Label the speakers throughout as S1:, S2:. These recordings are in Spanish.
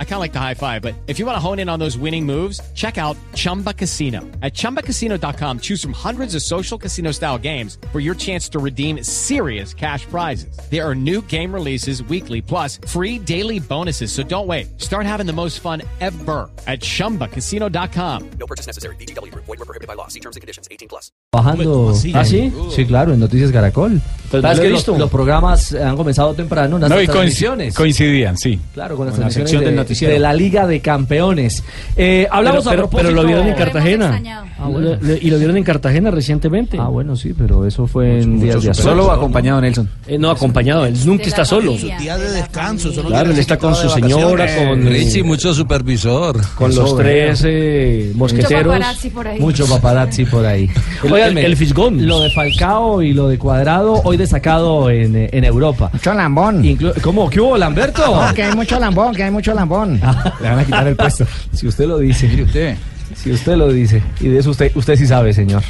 S1: I kind of like the high five, but if you want to hone in on those winning moves, check out Chumba Casino. At chumbacasino.com, choose from hundreds of social casino style games for your chance to redeem serious cash prizes. There are new game releases weekly, plus free daily bonuses. So don't wait. Start having the most fun ever at chumbacasino.com.
S2: No purchase necessary. BGW. Void were prohibited by law. See terms and conditions. 18 plus.
S3: Bajando.
S4: ¿Ah, sí?
S3: Sí, claro, en Noticias Caracol.
S4: Pues
S3: Claro,
S4: no lo he
S3: los-
S4: visto.
S3: Los, programas han comenzado temprano, las
S5: No, y coinci-
S3: transmisiones.
S5: coincidían, sí.
S3: Claro, con las
S5: Con la
S3: transmisiones
S5: sección
S3: de,
S5: del noticiero.
S3: de la Liga de Campeones. Eh, hablamos
S4: Pero-
S3: a
S4: pero-
S3: propósito...
S4: pero lo vieron en
S6: Lo hemos
S4: Cartagena.
S6: extrañado.
S3: Ah, bueno.
S4: Lo- lo- y lo vieron en Cartagena recientemente.
S3: Ah, bueno, sí, pero eso fue en días de atrás.
S5: Solo acompañado Nelson.
S4: Eh, no, acompañado, él nunca
S6: De la
S4: está solo.
S6: familia,
S7: Días de
S6: la
S7: descanso, eso
S4: Claro,
S7: no quiere
S4: él
S7: decir
S4: está
S7: que
S4: con
S7: estaba
S4: su
S7: de
S4: señora,
S7: vacaciones.
S4: con,
S8: Richie, mucho supervisor.
S4: con los
S3: Sobre.
S4: tres eh,
S6: Mucho
S4: mosqueteros.
S6: paparazzi por ahí.
S3: Mucho paparazzi por ahí.
S4: El-
S3: Óigame,
S4: el- el Fisgón.
S3: Lo de Falcao y lo de Cuadrado, hoy destacado en, eh, en Europa.
S9: Mucho lambón.
S3: Inclu- ¿Cómo? ¿Qué hubo, Lamberto?
S9: Ah, Que hay mucho lambón, que hay mucho lambón.
S3: Le van a quitar el puesto. Si usted lo dice,
S5: usted.
S3: si usted lo dice. Y de eso usted, usted sí sabe, señor.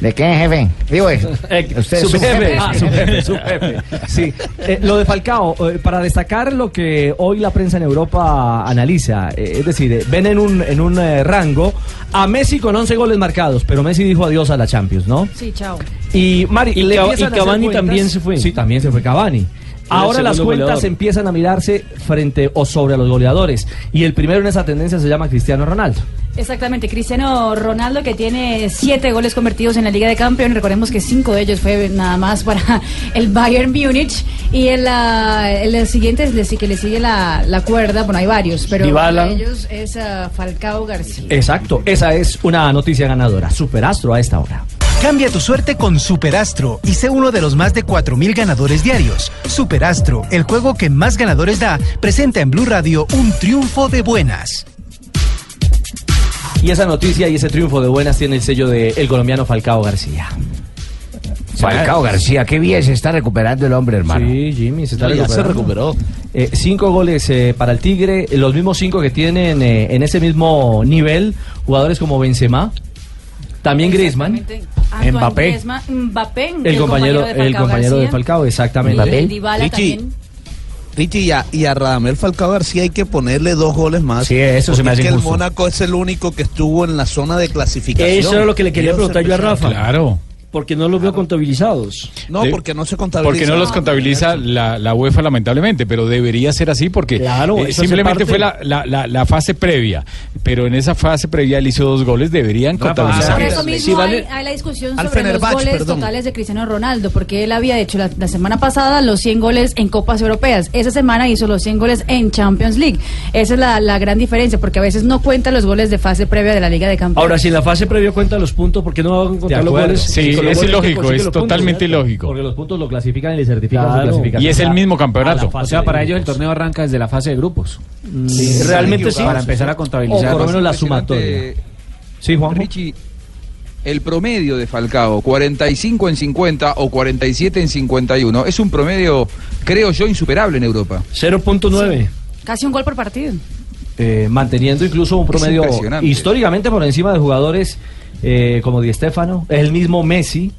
S9: ¿De qué, jefe? Digo, eh,
S4: Eh,
S9: usted,
S3: su
S9: su-
S3: jefe, ah, su jefe, su jefe. Sí, eh, lo de Falcao, eh, para destacar lo que hoy la prensa en Europa analiza, eh, es decir, eh, ven en un, en un eh, rango a Messi con 11 goles marcados, pero Messi dijo adiós a la Champions, ¿no?
S6: Sí, chao.
S3: Y Mari,
S4: Y
S3: le
S4: Ca-
S3: empiezan
S4: y
S3: a hacer
S4: Cavani
S3: cuentas-
S4: también se fue.
S3: Sí, también se fue Cavani. Ahora
S4: el
S3: las
S4: segundo
S3: cuentas
S4: goleador.
S3: empiezan a mirarse frente o sobre a los goleadores. Y el primero en esa tendencia se llama Cristiano Ronaldo.
S6: Exactamente, Cristiano Ronaldo que tiene siete goles convertidos en la Liga de Campeones, recordemos que cinco de ellos fue nada más para el Bayern Múnich y el, ah, el siguiente es le- que le sigue la, la cuerda, bueno hay varios, pero
S4: Dybala.
S6: uno de ellos es ah, Falcao García.
S3: Exacto, esa es una noticia ganadora. Superastro a esta hora.
S7: Cambia tu suerte con Superastro y sé uno de los más de 4.000 ganadores diarios. Superastro, el juego que más ganadores da, presenta en Blue Radio un triunfo de buenas.
S3: Y esa noticia y ese triunfo de buenas tiene el sello del colombiano Falcao García.
S9: Falcao García, qué bien se está recuperando el hombre, hermano.
S3: Sí, Jimmy, se está
S8: Ya se
S3: recuperando.
S8: recuperó.
S3: Eh, cinco goles eh, para el Tigre, eh, los mismos cinco que tienen eh, en ese mismo nivel jugadores como Benzema, también Griezmann,
S6: Exactamente. Antoine
S3: Mbappé.
S6: Griezmann, Mbappé,
S3: el, compañero, el compañero de Falcao, exactamente.
S6: Mbappé.
S8: Richie.
S6: también.
S10: Richie, y a, y a Radamel Falcao García hay que ponerle dos goles más.
S3: Sí, eso
S10: porque
S3: se me hace
S10: es que
S3: injusto.
S10: el Mónaco es el único que estuvo en la zona de clasificación.
S4: Eso era lo que le quería
S10: Ellos
S4: preguntar yo a
S10: empezaron-
S4: Rafa.
S5: Claro.
S4: Porque no los veo contabilizados.
S10: No,
S5: De-
S10: porque no se contabiliza.
S5: Porque no los contabiliza la, la UEFA, lamentablemente, pero debería ser así porque eh,
S4: Claro, eso hace
S5: simplemente
S4: parte.
S5: fue la, la- la- la fase previa. Pero en esa fase previa él hizo dos goles, deberían
S6: Por
S5: contabilizar.
S6: eso mismo
S4: Si vale-
S6: hay, hay la discusión
S10: Al
S6: sobre los
S10: Fenerbahce,
S6: goles
S10: perdón.
S6: totales de Cristiano Ronaldo, porque él había hecho la, la semana pasada los 100 goles en Copas Europeas. Esa semana hizo los 100 goles en Champions League. Esa es la, la gran diferencia, porque a veces no cuentan los goles de fase previa de la Liga de Campeones.
S4: Ahora, si en la fase previa cuenta los puntos, ¿por qué no van a contar
S3: De
S4: los
S3: acuerdo.
S4: goles?
S5: Sí,
S4: Si con los
S5: es
S4: goles que
S5: ilógico,
S4: consigue
S5: es
S4: los puntos,
S5: totalmente
S4: ¿cierto?
S5: ilógico.
S3: Porque los puntos lo clasifican y le certifican
S4: Claro.
S3: su clasificación.
S5: Y es el mismo
S3: A
S5: campeonato.
S3: la fase
S5: O
S3: de grupos.
S4: arranca desde la fase de grupos.
S3: Sí,
S4: Realmente Mm, sí.
S3: Para empezar a contabilizar. O por lo menos la sumatoria. Sí, Juanjo.
S11: Richie, el promedio de Falcao, 45 en 50 o 47 en 51, es un promedio, creo yo, insuperable en Europa.
S4: 0.9.
S6: Casi un gol por partido.
S3: eh, manteniendo incluso un promedio
S11: impresionante.
S3: históricamente por encima de jugadores eh, como Di Stéfano, el mismo Messi,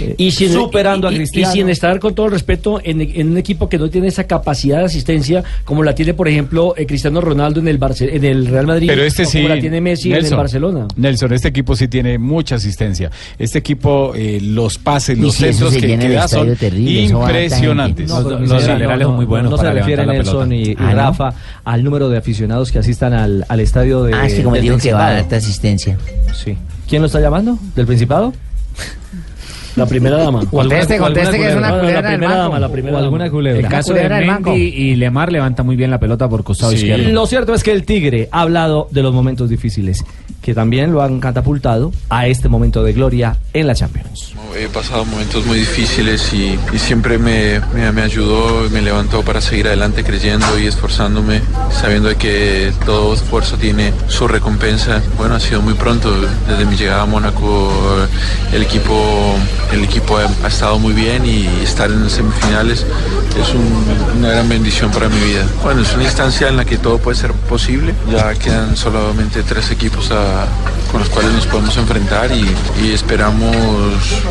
S3: eh,
S4: sin-
S3: superando
S4: y- y-
S3: a Cristiano.
S4: Y sin estar con todo el respeto en, en un equipo que no tiene esa capacidad de asistencia como la tiene, por ejemplo, eh, Cristiano Ronaldo en el, Barce- en el Real Madrid.
S5: Pero este
S4: o
S5: sí.
S4: Como la tiene Messi en el Barcelona.
S5: Nelson, este equipo sí tiene mucha asistencia. Este equipo, eh, los pases,
S9: Y
S5: los
S9: si eso
S5: centros
S9: se
S5: que,
S9: llena
S5: que
S9: el
S5: da son
S9: estadio terrible, eso va a dar tanta gente.
S5: impresionantes.
S3: No, pero
S8: Los-
S3: mi
S8: los
S3: señora,
S8: laterales son muy buenos
S3: no
S8: para
S3: se refiere
S8: levantar la
S3: Nelson
S8: pelota.
S3: y, y
S9: Ah, ¿no?
S3: Rafa al número de aficionados que asistan al, al estadio de.
S9: Ah, sí, como
S3: del
S9: digo que va a dar esta
S3: Principado.
S9: asistencia.
S3: Sí. ¿Quién lo está llamando? ¿Del Principado?
S4: La primera dama. O
S9: Conteste,
S4: alguna- o alguna
S9: conteste que es una
S4: culebra.
S9: culebra
S4: La
S9: del
S4: primera
S9: banco.
S4: dama, la primera
S3: ¿O alguna
S4: dama.
S3: culebra?
S9: culebra del banco.
S8: y Lemar levanta muy bien la pelota por costado
S5: Sí. izquierdo.
S3: Lo cierto es que el Tigre ha hablado de los momentos difíciles, que también lo han catapultado a este momento de gloria en la Champions.
S11: He pasado momentos muy difíciles y, y siempre me, me, me ayudó, me levantó para seguir adelante creyendo y esforzándome, sabiendo que todo esfuerzo tiene su recompensa. Bueno, ha sido muy pronto, desde mi llegada a Mónaco eh, el equipo, el equipo ha, ha estado muy bien y estar en semifinales es un- una gran bendición para mi vida. Bueno, es una instancia en la que todo puede ser posible, ya quedan solamente tres equipos a,
S12: para, con los cuales nos podemos enfrentar y, y esperamos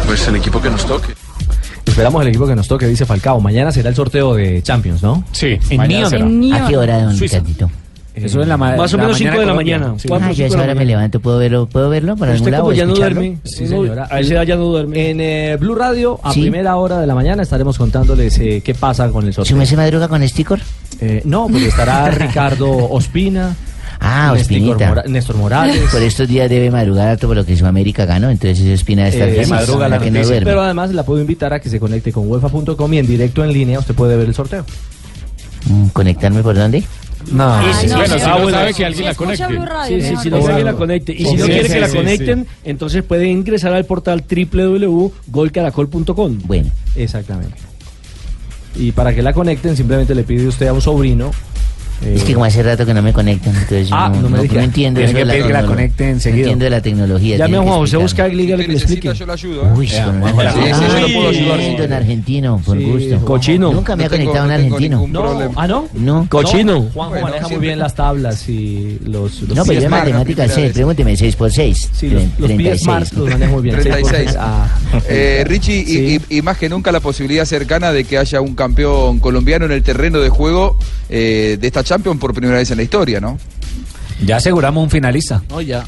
S12: pues, el equipo que nos toque.
S3: Esperamos el equipo que nos toque, dice Falcao. Mañana será el sorteo de Champions, ¿no?
S5: Sí,
S3: mañana será.
S13: ¿A qué hora, don Tantito?
S3: Eh, Eso es la ma-
S7: Más o la menos mañana cinco de la Colombia. mañana,
S13: Sí.
S7: cuatro,
S13: Ah,
S7: cinco
S13: yo
S7: de
S13: a
S7: la
S13: esa hora me
S7: mañana.
S13: levanto. ¿Puedo verlo, puedo verlo para
S7: Usted
S13: algún lado
S7: como
S13: o
S7: ya no
S13: escucharlo?
S7: duerme, sí señora, a esa edad ya no duerme.
S3: En eh, Blue Radio, a
S13: Sí.
S3: primera hora de la mañana, estaremos contándoles eh, qué pasa con el sorteo.
S13: ¿Si
S3: Eh,
S13: me se madruga con sticker?
S3: no, porque estará Ricardo Ospina.
S13: Ah,
S3: Néstor
S13: Ospinita. Pues,
S3: Mora- Néstor Morales. eh,
S13: Por estos días debe madrugar harto por lo que Sudamérica ganó, entonces Ospina está
S3: eh,
S13: feliz,
S3: madruga la
S13: que no
S3: noticia,
S13: duerme.
S3: pero además la puedo invitar a que se conecte con UEFA.com y en directo en línea usted puede ver el sorteo.
S13: Mm, ¿Conectarme por dónde?
S3: No.
S7: Y si-
S5: no, bueno,
S7: sí,
S5: si
S7: ah,
S5: no
S7: bueno,
S5: sabe
S7: sí,
S5: que alguien la
S7: escucha
S5: conecte.
S7: Blue Radio,
S5: Sí,
S7: Sí,
S5: sí,
S7: si
S5: sí,
S7: no
S5: sí.
S7: quiere que la conecte. Y si no
S5: Sí,
S7: quiere
S5: sí,
S7: que la
S5: sí, sí.
S7: conecten, entonces puede ingresar al portal www.golcaracol.com.
S13: Bueno.
S3: Exactamente. Y para que la conecten, simplemente le pide usted a un sobrino. eh,
S13: Es que como hace rato que no me conectan, entonces yo
S3: Ah,
S13: no,
S3: no me
S13: no-
S3: diga.
S13: no entiendo
S3: Tiene
S13: eso
S3: que
S13: de
S3: pedir que la
S13: tecnolo-
S3: conecten
S13: no
S3: enseguida.
S13: entiendo de la tecnología.
S3: Llame
S13: tiene
S3: a
S13: que
S3: Juan José
S13: explicarme.
S3: Busca y dígale que le explique.
S13: Uy, don
S3: Juan José.
S13: Argentino.
S3: Sí, sí, yo lo puedo
S13: Ay,
S3: ayudar, sí.
S13: don argentino, por
S3: Sí,
S13: gusto.
S3: cochino.
S13: Nunca me
S3: No
S13: ha conectado
S3: tengo-
S13: un
S3: no tengo
S13: argentino.
S3: ningún problema. ¿Ah, no?
S13: No.
S3: No, Juanjo maneja muy bien las tablas y los. los
S13: No, pero
S3: pies
S13: yo
S3: marcas,
S13: matemáticas
S3: mira,
S13: sé, pregúnteme 6 por 6.
S3: Sí, los, los pies Mars los maneja muy bien. seis por seis. Ah.
S14: Eh, Richie, y- y, y más que nunca la posibilidad cercana de que haya un campeón colombiano en el terreno de juego eh, de esta Champions por primera vez en la historia, ¿no?
S4: Ya aseguramos un finalista.
S14: No, ya.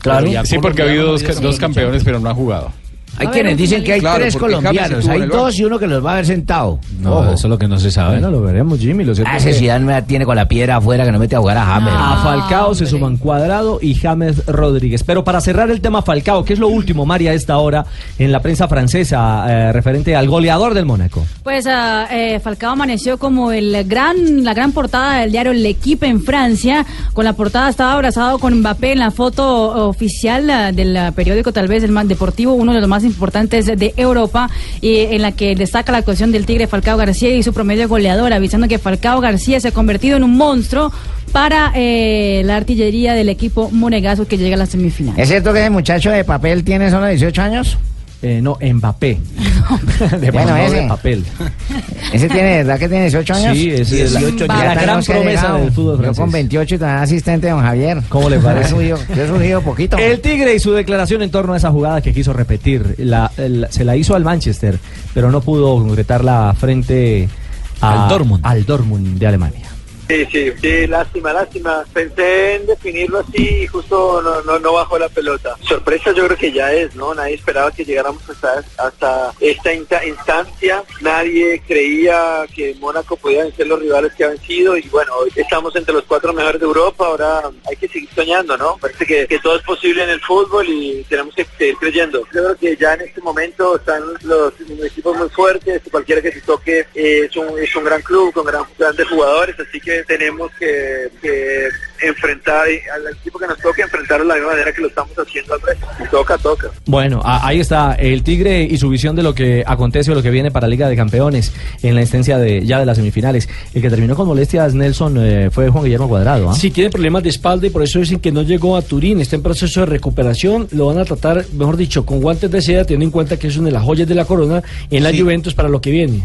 S5: Claro.
S4: Pero ya
S5: Sí, porque ha habido dos,
S4: Colombia no había
S5: dos
S4: salido
S5: campeones, pero no han jugado.
S8: Hay quienes dicen que hay
S5: Claro,
S8: tres
S5: porque James
S8: colombianos,
S5: estuvo en
S8: hay
S5: el
S8: dos
S5: banco.
S8: y uno que los va a ver sentado.
S4: No, eso es lo que no se sabe.
S3: Bueno, lo veremos, Jimmy. Lo cierto
S8: Ah,
S3: es
S8: ese
S3: que-
S8: Zidane me la tiene con la piedra afuera que no mete a jugar a James.
S3: A Falcao se suman Cuadrado y James Rodríguez. Pero para cerrar el tema Falcao, que es lo último, María, a esta hora en la prensa francesa eh, referente al goleador del Mónaco?
S6: Pues ah, eh, Falcao amaneció como el gran, la gran portada del diario L'Equipe en Francia. Con la portada estaba abrazado con Mbappé en la foto oficial ah, del ah, periódico, tal vez el más deportivo, uno de los más importantes de Europa, y en la que destaca la actuación del Tigre Falcao García y su promedio goleador, avisando que Falcao García se ha convertido en un monstruo para eh, la artillería del equipo monegazo que llega a la semifinal.
S8: ¿Es cierto que ese muchacho de papel tiene solo 18 años?
S3: Eh, no, Mbappé.
S8: de,
S3: Bueno,
S8: bueno, ese,
S3: de papel.
S8: ese tiene, ¿verdad que tiene 18 años?
S3: Sí, ese es la- 18 años. la
S8: Ya
S3: gran
S8: no se ha
S3: promesa
S8: llegado.
S3: del fútbol
S8: Yo con
S3: francés.
S8: 28 y tan asistente de don Javier.
S3: ¿Cómo le parece?
S8: Yo he surgido- yo he surgido poquito.
S3: El Tigre y su declaración en torno a esa jugada que quiso repetir. La- el- se la hizo al Manchester, pero no pudo concretarla frente a-
S4: Al Dortmund.
S3: al Dortmund de Alemania.
S15: Sí, sí, sí, lástima, lástima. Pensé en definirlo así y justo no, no, no bajó la pelota. Sorpresa yo creo que ya es, ¿no? Nadie esperaba que llegáramos hasta, hasta esta insta- instancia. Nadie creía que Mónaco podía vencer los rivales que ha vencido y bueno, hoy estamos entre los cuatro mejores de Europa. Ahora hay que seguir soñando, ¿no? Parece que, que todo es posible en el fútbol y tenemos que seguir creyendo. Yo creo que ya en este momento están los equipos muy fuertes, cualquiera que se toque eh, es, un, es un gran club con gran, grandes jugadores, así que tenemos que, que enfrentar y- al equipo que nos toque, enfrentarlo de la misma manera que lo estamos haciendo al resto. Si toca, toca.
S3: Bueno, a- ahí está el Tigre y su visión de lo que acontece o lo que viene para Liga de Campeones en la instancia de ya de las semifinales. El que terminó con molestias, Nelson, eh, fue Juan Guillermo Cuadrado. ¿ah?
S7: Sí, tiene problemas de espalda y por eso dicen que no llegó a Turín. Está en proceso de recuperación. Lo van a tratar, mejor dicho, con guantes de seda, teniendo en cuenta que es una de las joyas de la corona en la Juventus para lo que viene.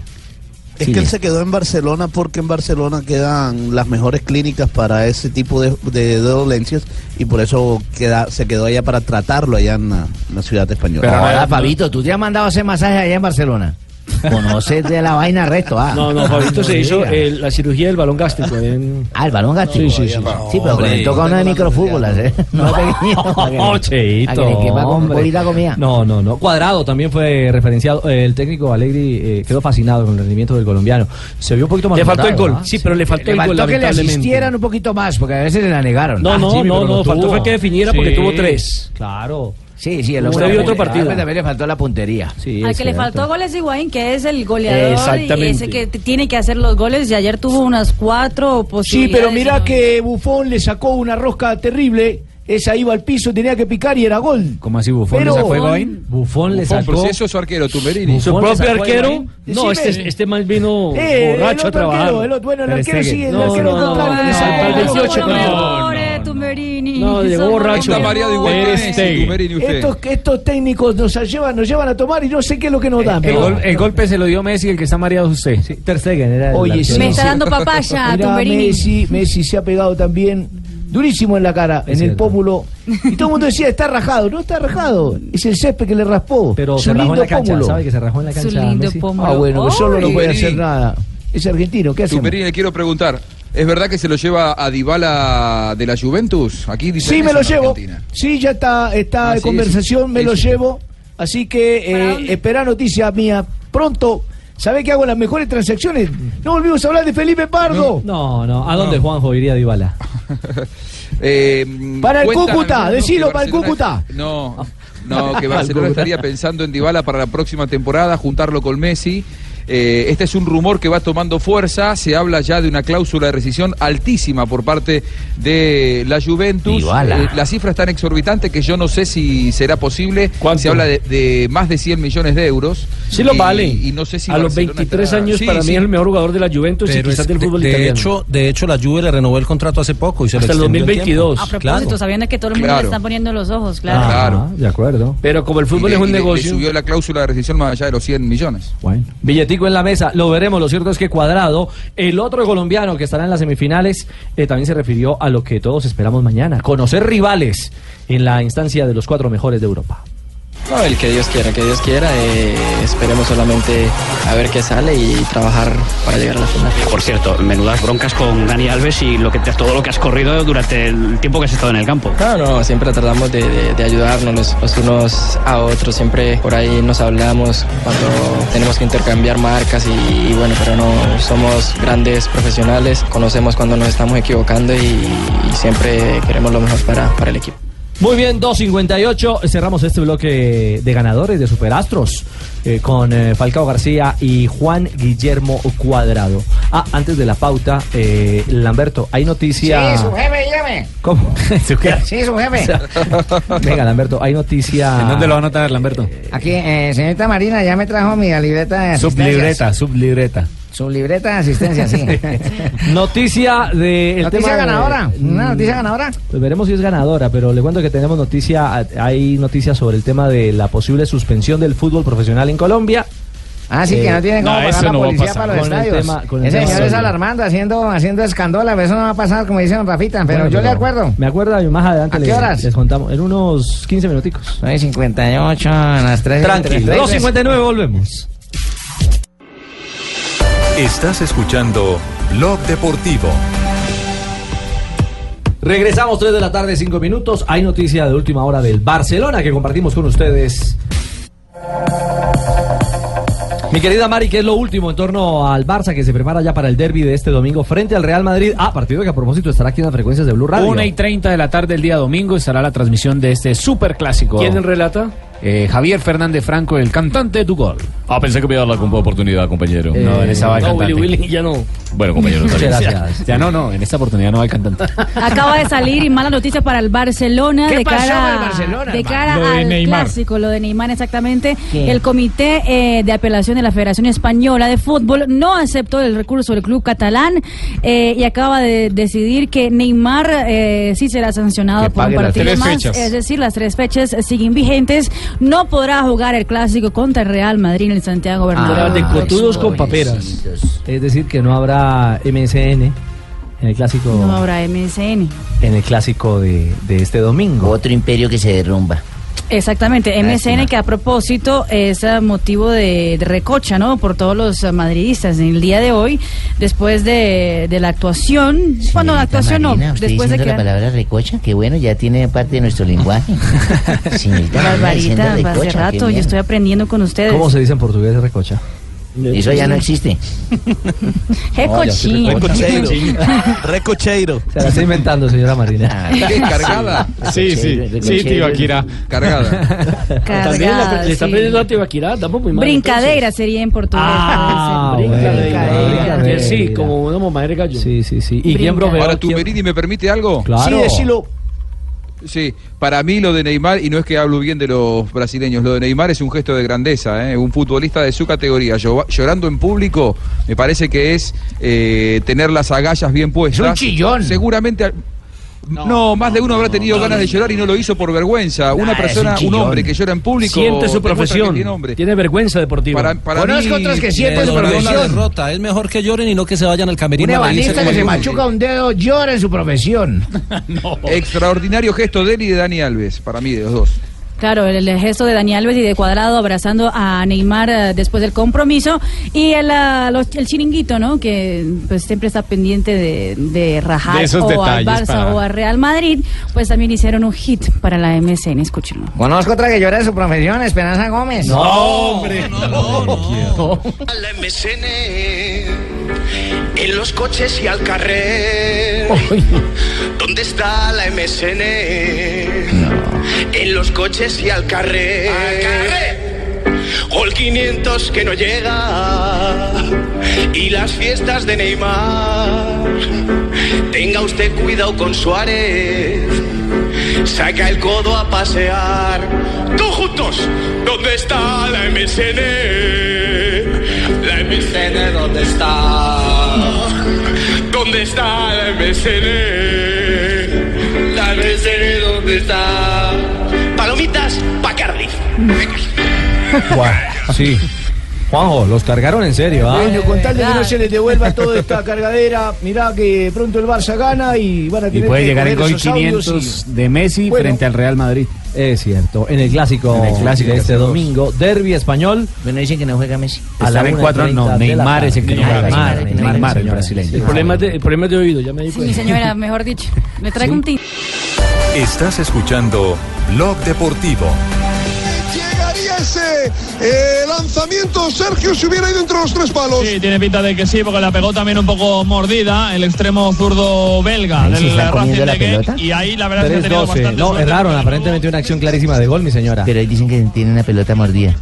S16: Es que él se quedó en Barcelona porque en Barcelona quedan las mejores clínicas para ese tipo de, de dolencias y por eso queda, se quedó allá para tratarlo allá en la, en la ciudad española.
S8: Pero ahora, Fabito, tú te has mandado a hacer masaje allá en Barcelona. Conoces de la vaina resto, ah.
S7: No, no, Fabito se hizo
S8: diga.
S7: eh, la cirugía del balón gástrico. en-
S8: Ah, el balón gástrico.
S7: Sí, sí, sí.
S8: Sí, pero
S7: Hombre,
S8: cuando le toca uno de microfútbol, ¿eh? No, pequeñito.
S3: Oh, Cheito,
S8: A que le quema con
S3: hombre.
S8: poquita comida.
S3: No, no, no. Cuadrado también fue referenciado. Eh, El técnico Alegri eh, quedó fascinado con el rendimiento del colombiano. Se vio un poquito más. ¿ah?
S7: Le faltó el gol. Sí, pero le faltó
S8: Le
S7: el gol,
S8: faltó que le
S7: lamentablemente.
S8: asistieran un poquito más, porque a veces se la negaron.
S7: No,
S8: Ah,
S7: no,
S8: sí, pero
S7: no, no.
S8: lo
S7: Faltó
S8: tuvo.
S7: fue que definiera porque tuvo tres.
S3: Claro.
S8: Sí, sí, el
S7: Usted
S8: hombre
S7: vio otro
S8: también-
S7: partido.
S8: ah, También le faltó la puntería.
S3: Sí,
S6: Al que Ah, le faltó goles Higuaín, que es el goleador y
S8: Exactamente.
S6: ese que t- tiene que hacer los goles y ayer tuvo unas cuatro
S10: Sí,
S6: posibilidades.
S10: pero mira
S6: ¿no?
S10: que Bufón le sacó una rosca terrible. Esa iba al piso, tenía que picar y era gol.
S4: ¿Cómo así Buffon
S10: Pero-
S4: le sacó a Higuaín?
S3: Buffon
S4: le
S10: sacó-
S4: pero si
S14: eso es su arquero, Tumberini.
S7: Su
S4: Buffon le
S7: propio
S4: sacó a
S7: arquero.
S4: Higuaín.
S7: No,
S10: Decime.
S7: este, este mal vino
S10: Eh, el
S7: borracho a
S10: otro
S7: trabajar.
S10: arquero, el otro- bueno, el
S7: Ter
S10: arquero
S7: Stegen.
S10: sí, el
S7: No,
S10: arquero
S7: no,
S10: contrario,
S7: no,
S10: le
S7: no,
S10: sacó
S7: el
S10: el
S6: Somos
S7: 18
S6: los
S7: no.
S6: mejores, Tumberini.
S7: No, llegó
S6: Somos los
S7: borracho.
S14: Santa María de Iguain,
S7: Ter Stegen.
S14: Tumberini usted.
S10: Estos, estos técnicos nos llevan, nos llevan a tomar y no sé qué es lo que nos dan.
S4: Eh, El,
S10: pero-
S4: gol- el golpe se lo dio Messi, el que está mareado es usted.
S3: Sí, Ter Stegen era el
S10: Oye,
S3: arquero.
S10: sí.
S6: Me está dando papaya,
S10: Mirá,
S6: Tumberini.
S10: Messi, Messi se ha pegado también. durísimo en la cara, en el pómulo. Y todo el mundo decía, está rajado. No está rajado, es el césped que le raspó.
S3: Pero
S10: Su
S3: se rajó en
S10: lindo
S3: la cancha,
S10: pómulo.
S3: ¿sabe que se rajó en la
S10: Su
S3: cancha?
S10: lindo
S3: Messi?
S10: pómulo. Ah, bueno, que solo no puede hacer nada. Es argentino, ¿qué hacemos?
S14: Tuperini, le quiero preguntar. ¿Es verdad que se lo lleva a Dybala de la Juventus? Aquí dice
S10: Sí,
S14: eso
S10: me lo
S14: en
S10: llevo.
S14: Argentina.
S10: Sí, ya está, está
S14: Ah,
S10: en
S14: sí,
S10: conversación,
S14: sí.
S10: me
S14: Sí,
S10: lo
S14: sí.
S10: llevo. Así que eh, espera noticias mías pronto. ¿Sabés que hago las mejores transacciones? No volvimos a hablar de Felipe Pardo.
S3: No, no. ¿A dónde Juanjo iría Dybala?
S14: Eh,
S10: Para el
S14: cuentan
S10: Cúcuta,
S14: algunos que
S10: decilo, para el
S14: Barcelona- No, no, que Barcelona estaría pensando en Dybala para la próxima temporada, juntarlo con Messi. Eh, este es un rumor que va tomando fuerza. Se habla ya de una cláusula de rescisión altísima por parte de la Juventus. Eh,
S8: Dybala.
S14: la cifra es tan exorbitante que yo no sé si será posible. Se habla de, de más de 100 millones de euros.
S7: Sí lo
S14: Y-
S7: vale.
S14: Y no sé si
S7: a los
S14: Barcelona
S7: 23
S14: estará-
S7: años
S14: Sí,
S7: para
S14: sí.
S7: mí es el mejor jugador de la Juventus y
S11: Pero
S7: quizás
S11: es-
S7: del
S11: de-
S7: fútbol
S11: de,
S7: italiano.
S11: hecho, de hecho, la Juve le renovó el contrato hace poco y se
S7: Hasta el
S11: lo extendió
S7: 2022.
S11: tiempo.
S6: A propósito,
S11: Claro. Ah.
S6: sabiendo que todo el mundo
S14: Claro.
S6: le están poniendo los ojos, claro.
S7: Claro.
S3: De acuerdo.
S7: Pero como el
S14: Y
S7: fútbol
S14: le-
S7: es
S14: y
S7: un
S14: le- le
S7: negocio.
S14: subió la cláusula de rescisión más allá de los 100 millones.
S3: Billetico en la mesa, lo veremos. Lo cierto es que Cuadrado, el otro colombiano que estará en las semifinales, eh, también se refirió a lo que todos esperamos mañana: conocer rivales en la instancia de los cuatro mejores de Europa.
S17: No, el que Dios quiera, que Dios quiera. eh, esperemos solamente a ver qué sale y trabajar para llegar a la final.
S18: Por cierto, menudas broncas con Dani Alves y lo que te- todo lo que has corrido durante el tiempo que has estado en el campo.
S17: No, no, siempre tratamos de, de- de ayudarnos los, los unos a otros. Siempre por ahí nos hablamos cuando tenemos que intercambiar marcas y, y bueno, pero no somos grandes profesionales. Conocemos cuando nos estamos equivocando y, y siempre queremos lo mejor para, para el equipo.
S3: Muy bien, 2.58. Cerramos este bloque de ganadores de Superastros eh, con eh, Falcao García y Juan Guillermo Cuadrado. Ah, antes de la pauta, eh, Lamberto, hay noticia.
S9: Sí, su jefe, dígame.
S3: ¿Cómo? ¿Su qué?
S9: Sí, su jefe.
S3: Venga, Lamberto, hay noticia.
S4: ¿En dónde lo va a anotar, Lamberto?
S9: Aquí, eh, señorita Marina, ya me trajo mi libreta de asistencias.
S4: Sublibreta, sublibreta.
S9: Su libreta de asistencia, sí.
S3: Noticia de. el
S9: noticia
S3: tema de-
S9: ganadora. Una noticia ganadora.
S3: Pues veremos si es ganadora, pero le cuento que tenemos noticia, hay noticias sobre el tema de la posible suspensión del fútbol profesional en Colombia. Eh,
S9: Así Ah, que no tiene cómo pagar la policía para los estadios. Ese señor es alarmando, haciendo, haciendo escandola. Eso no va a pasar, como dicen Rafita, pero
S3: Bueno,
S9: yo le
S3: pero-
S9: acuerdo.
S3: Me acuerdo, y más adelante
S9: ¿A
S3: les,
S9: qué horas?
S3: les contamos. En unos 15 minuticos.
S9: 9.58, a las 3.
S3: Tranquilo, 2.59 volvemos.
S19: Estás escuchando Blog Deportivo.
S3: Regresamos 3 de la tarde, 5 minutos. Hay noticia de última hora del Barcelona que compartimos con ustedes. Mi querida Mari, ¿qué es lo último en torno al Barça que se prepara ya para el derby de este domingo frente al Real Madrid? Ah, partido que a propósito estará aquí en las frecuencias de Blue Radio.
S4: 1 y 30 de la tarde el día domingo estará la transmisión de este super clásico.
S7: ¿Quién relata?
S4: Javier Fernández Franco, el cantante de tu gol.
S20: Ah, pensé que me iba a dar la compa- oportunidad, compañero.
S4: no, en esa va el cantante.
S7: ya Eh, no.
S20: Bueno, compañero, está bien.
S4: Muchas gracias. Ya no, no, en esta oportunidad no va el cantante.
S6: Acaba de salir y mala noticia para el Barcelona
S4: ¿Qué
S6: de
S4: pasó
S6: cara,
S4: con el Barcelona,
S6: de
S4: hermano?
S6: cara
S4: Lo de
S6: al
S4: Neymar.
S6: clásico, lo de Neymar exactamente.
S4: ¿Qué?
S6: El comité eh, de apelación de la Federación Española de Fútbol no aceptó el recurso del club catalán eh, y acaba de decidir que Neymar eh, sí será sancionado
S21: Que
S6: por un
S21: pague las
S6: partido
S21: tres
S6: más.
S21: fechas.
S6: Es decir, las tres fechas siguen vigentes. No podrá jugar el clásico contra el Real Madrid en el Santiago Bernabéu.
S3: Ah,
S7: de cotudos con
S3: paperas. Es decir, que no habrá MSN en el clásico,
S6: No habrá MSN.
S3: en el clásico de, de este domingo. Otro imperio que se derrumba.
S6: Exactamente, MSN que a propósito es eh, motivo de, de recocha, ¿no? Por todos los eh, madridistas en el día de hoy, después de, de la actuación, bueno, la actuación no,
S13: usted
S6: después de
S13: diciendo
S6: que...
S13: la palabra recocha, que bueno, ya tiene parte de nuestro lenguaje. Señorita Marina diciendo
S6: Barbarita, hace
S13: recocha, qué
S6: rato, yo
S13: bien.
S6: estoy aprendiendo con ustedes.
S3: ¿Cómo se dice en portugués recocha?
S13: Eso ya no existe.
S6: ¡Qué
S3: No, ya estoy
S6: cochino!
S3: recochando.
S16: Recocheiro.
S3: Se la está inventando, señora Marina.
S14: ¿Qué, cargada?
S5: Sí, sí, sí, Tibaquirá.
S14: Cargada.
S7: También la- le está
S6: sí.
S7: pidiendo a Tibaquirá, damos muy mal.
S6: Brincadeira sería en portugués.
S7: Ah,
S6: parece.
S7: Brincadeira. Sí, como una mamadera de gallo.
S3: Sí, sí, sí.
S7: ¿Y quién bromeó?
S14: Para Tuberini, ¿me permite algo?
S7: Claro. Sí, decilo.
S14: Sí, para mí lo de Neymar, y no es que hablo bien de los brasileños, lo de Neymar es un gesto de grandeza, ¿eh? un futbolista de su categoría llo- llorando en público, me parece que es eh, tener las agallas bien puestas.
S8: Es un chillón.
S14: Seguramente... al- No, más de uno habrá tenido ganas de llorar y no lo hizo por vergüenza. Una
S7: es un
S14: persona, un,
S7: chillón.
S14: hombre que llora en público.
S7: Siente su
S14: demuestra que
S7: profesión.
S14: tiene hombre.
S7: Tiene vergüenza deportiva.
S14: Para- para Conozco mí- otros que sienten
S11: Le
S14: su
S11: doloró
S14: profesión.
S11: la derrota. Es mejor que lloren y no que se vayan al
S9: Un
S11: camerino. a reírse
S9: ebanista
S11: como
S9: que se
S11: el-
S9: machuca un dedo llora en su profesión.
S14: Extraordinario gesto de él y de Dani Alves, para mí, de los dos.
S6: Claro, el, el gesto de Dani Alves y de Cuadrado abrazando a Neymar eh, después del compromiso y el, ah, los- el chiringuito, ¿no? Que pues siempre está pendiente de, de rajar
S8: De esos
S6: o al
S8: detalles
S6: Barça
S8: para-
S6: o al Real Madrid, pues también hicieron un hit para la MSN, escúchenlo.
S9: Conozco otra que llora en su profesión, Esperanza Gómez.
S7: Ah,
S6: No,
S9: hombre.
S1: A la MCN, en los coches y al carrer. ¿Dónde está la MCN? En los coches y al carrer. Gol 500 que no llega. Y las fiestas de Neymar. Tenga usted cuidado con Suárez. Saca el codo a pasear. Todos juntos. ¿Dónde está la MCN? La MCN, ¿dónde está? ¿Dónde está la MCN? La MCN, ¿dónde está? Palomitas pa' Cardiff.
S3: Sí. Juanjo, los cargaron en serio, ¿ah?
S10: Bueno, con tal de que no se les devuelva toda esta cargadera, mirá que pronto el Barça gana y van a
S4: Y
S10: tener
S4: puede
S10: que
S4: llegar el
S10: comer
S4: gol
S10: esos audios
S4: 500 de Messi
S10: Bueno.
S4: frente al Real Madrid.
S3: Es cierto, en el clásico,
S4: En el clásico,
S3: de este
S4: clásico.
S3: domingo, derby español.
S13: Bueno, dicen que no juega Messi.
S4: A la vez 4 no, Neymar es el que no juega. Neymar, Neymar, el brasileño.
S7: El problema, es de, el problema es de oído, ya me di
S6: Sí, mi
S7: cuenta.
S6: señora, mejor dicho, le traigo un tinte.
S19: Estás escuchando Blog Deportivo.
S21: Llegaría ese eh, lanzamiento, Sergio, si hubiera ido entre los tres palos.
S22: Sí, tiene pinta de que sí, porque la pegó también un poco mordida el extremo zurdo belga
S3: Ahí se
S22: del
S3: están comiendo
S22: Racing
S3: la
S22: de Genk,
S3: pelota.
S22: Y ahí la verdad es que ha tenido
S3: 3-12.
S22: bastante
S3: No,
S22: suerte.
S3: erraron, aparentemente una acción clarísima de gol, mi señora.
S13: Pero ahí dicen que tiene una pelota mordida.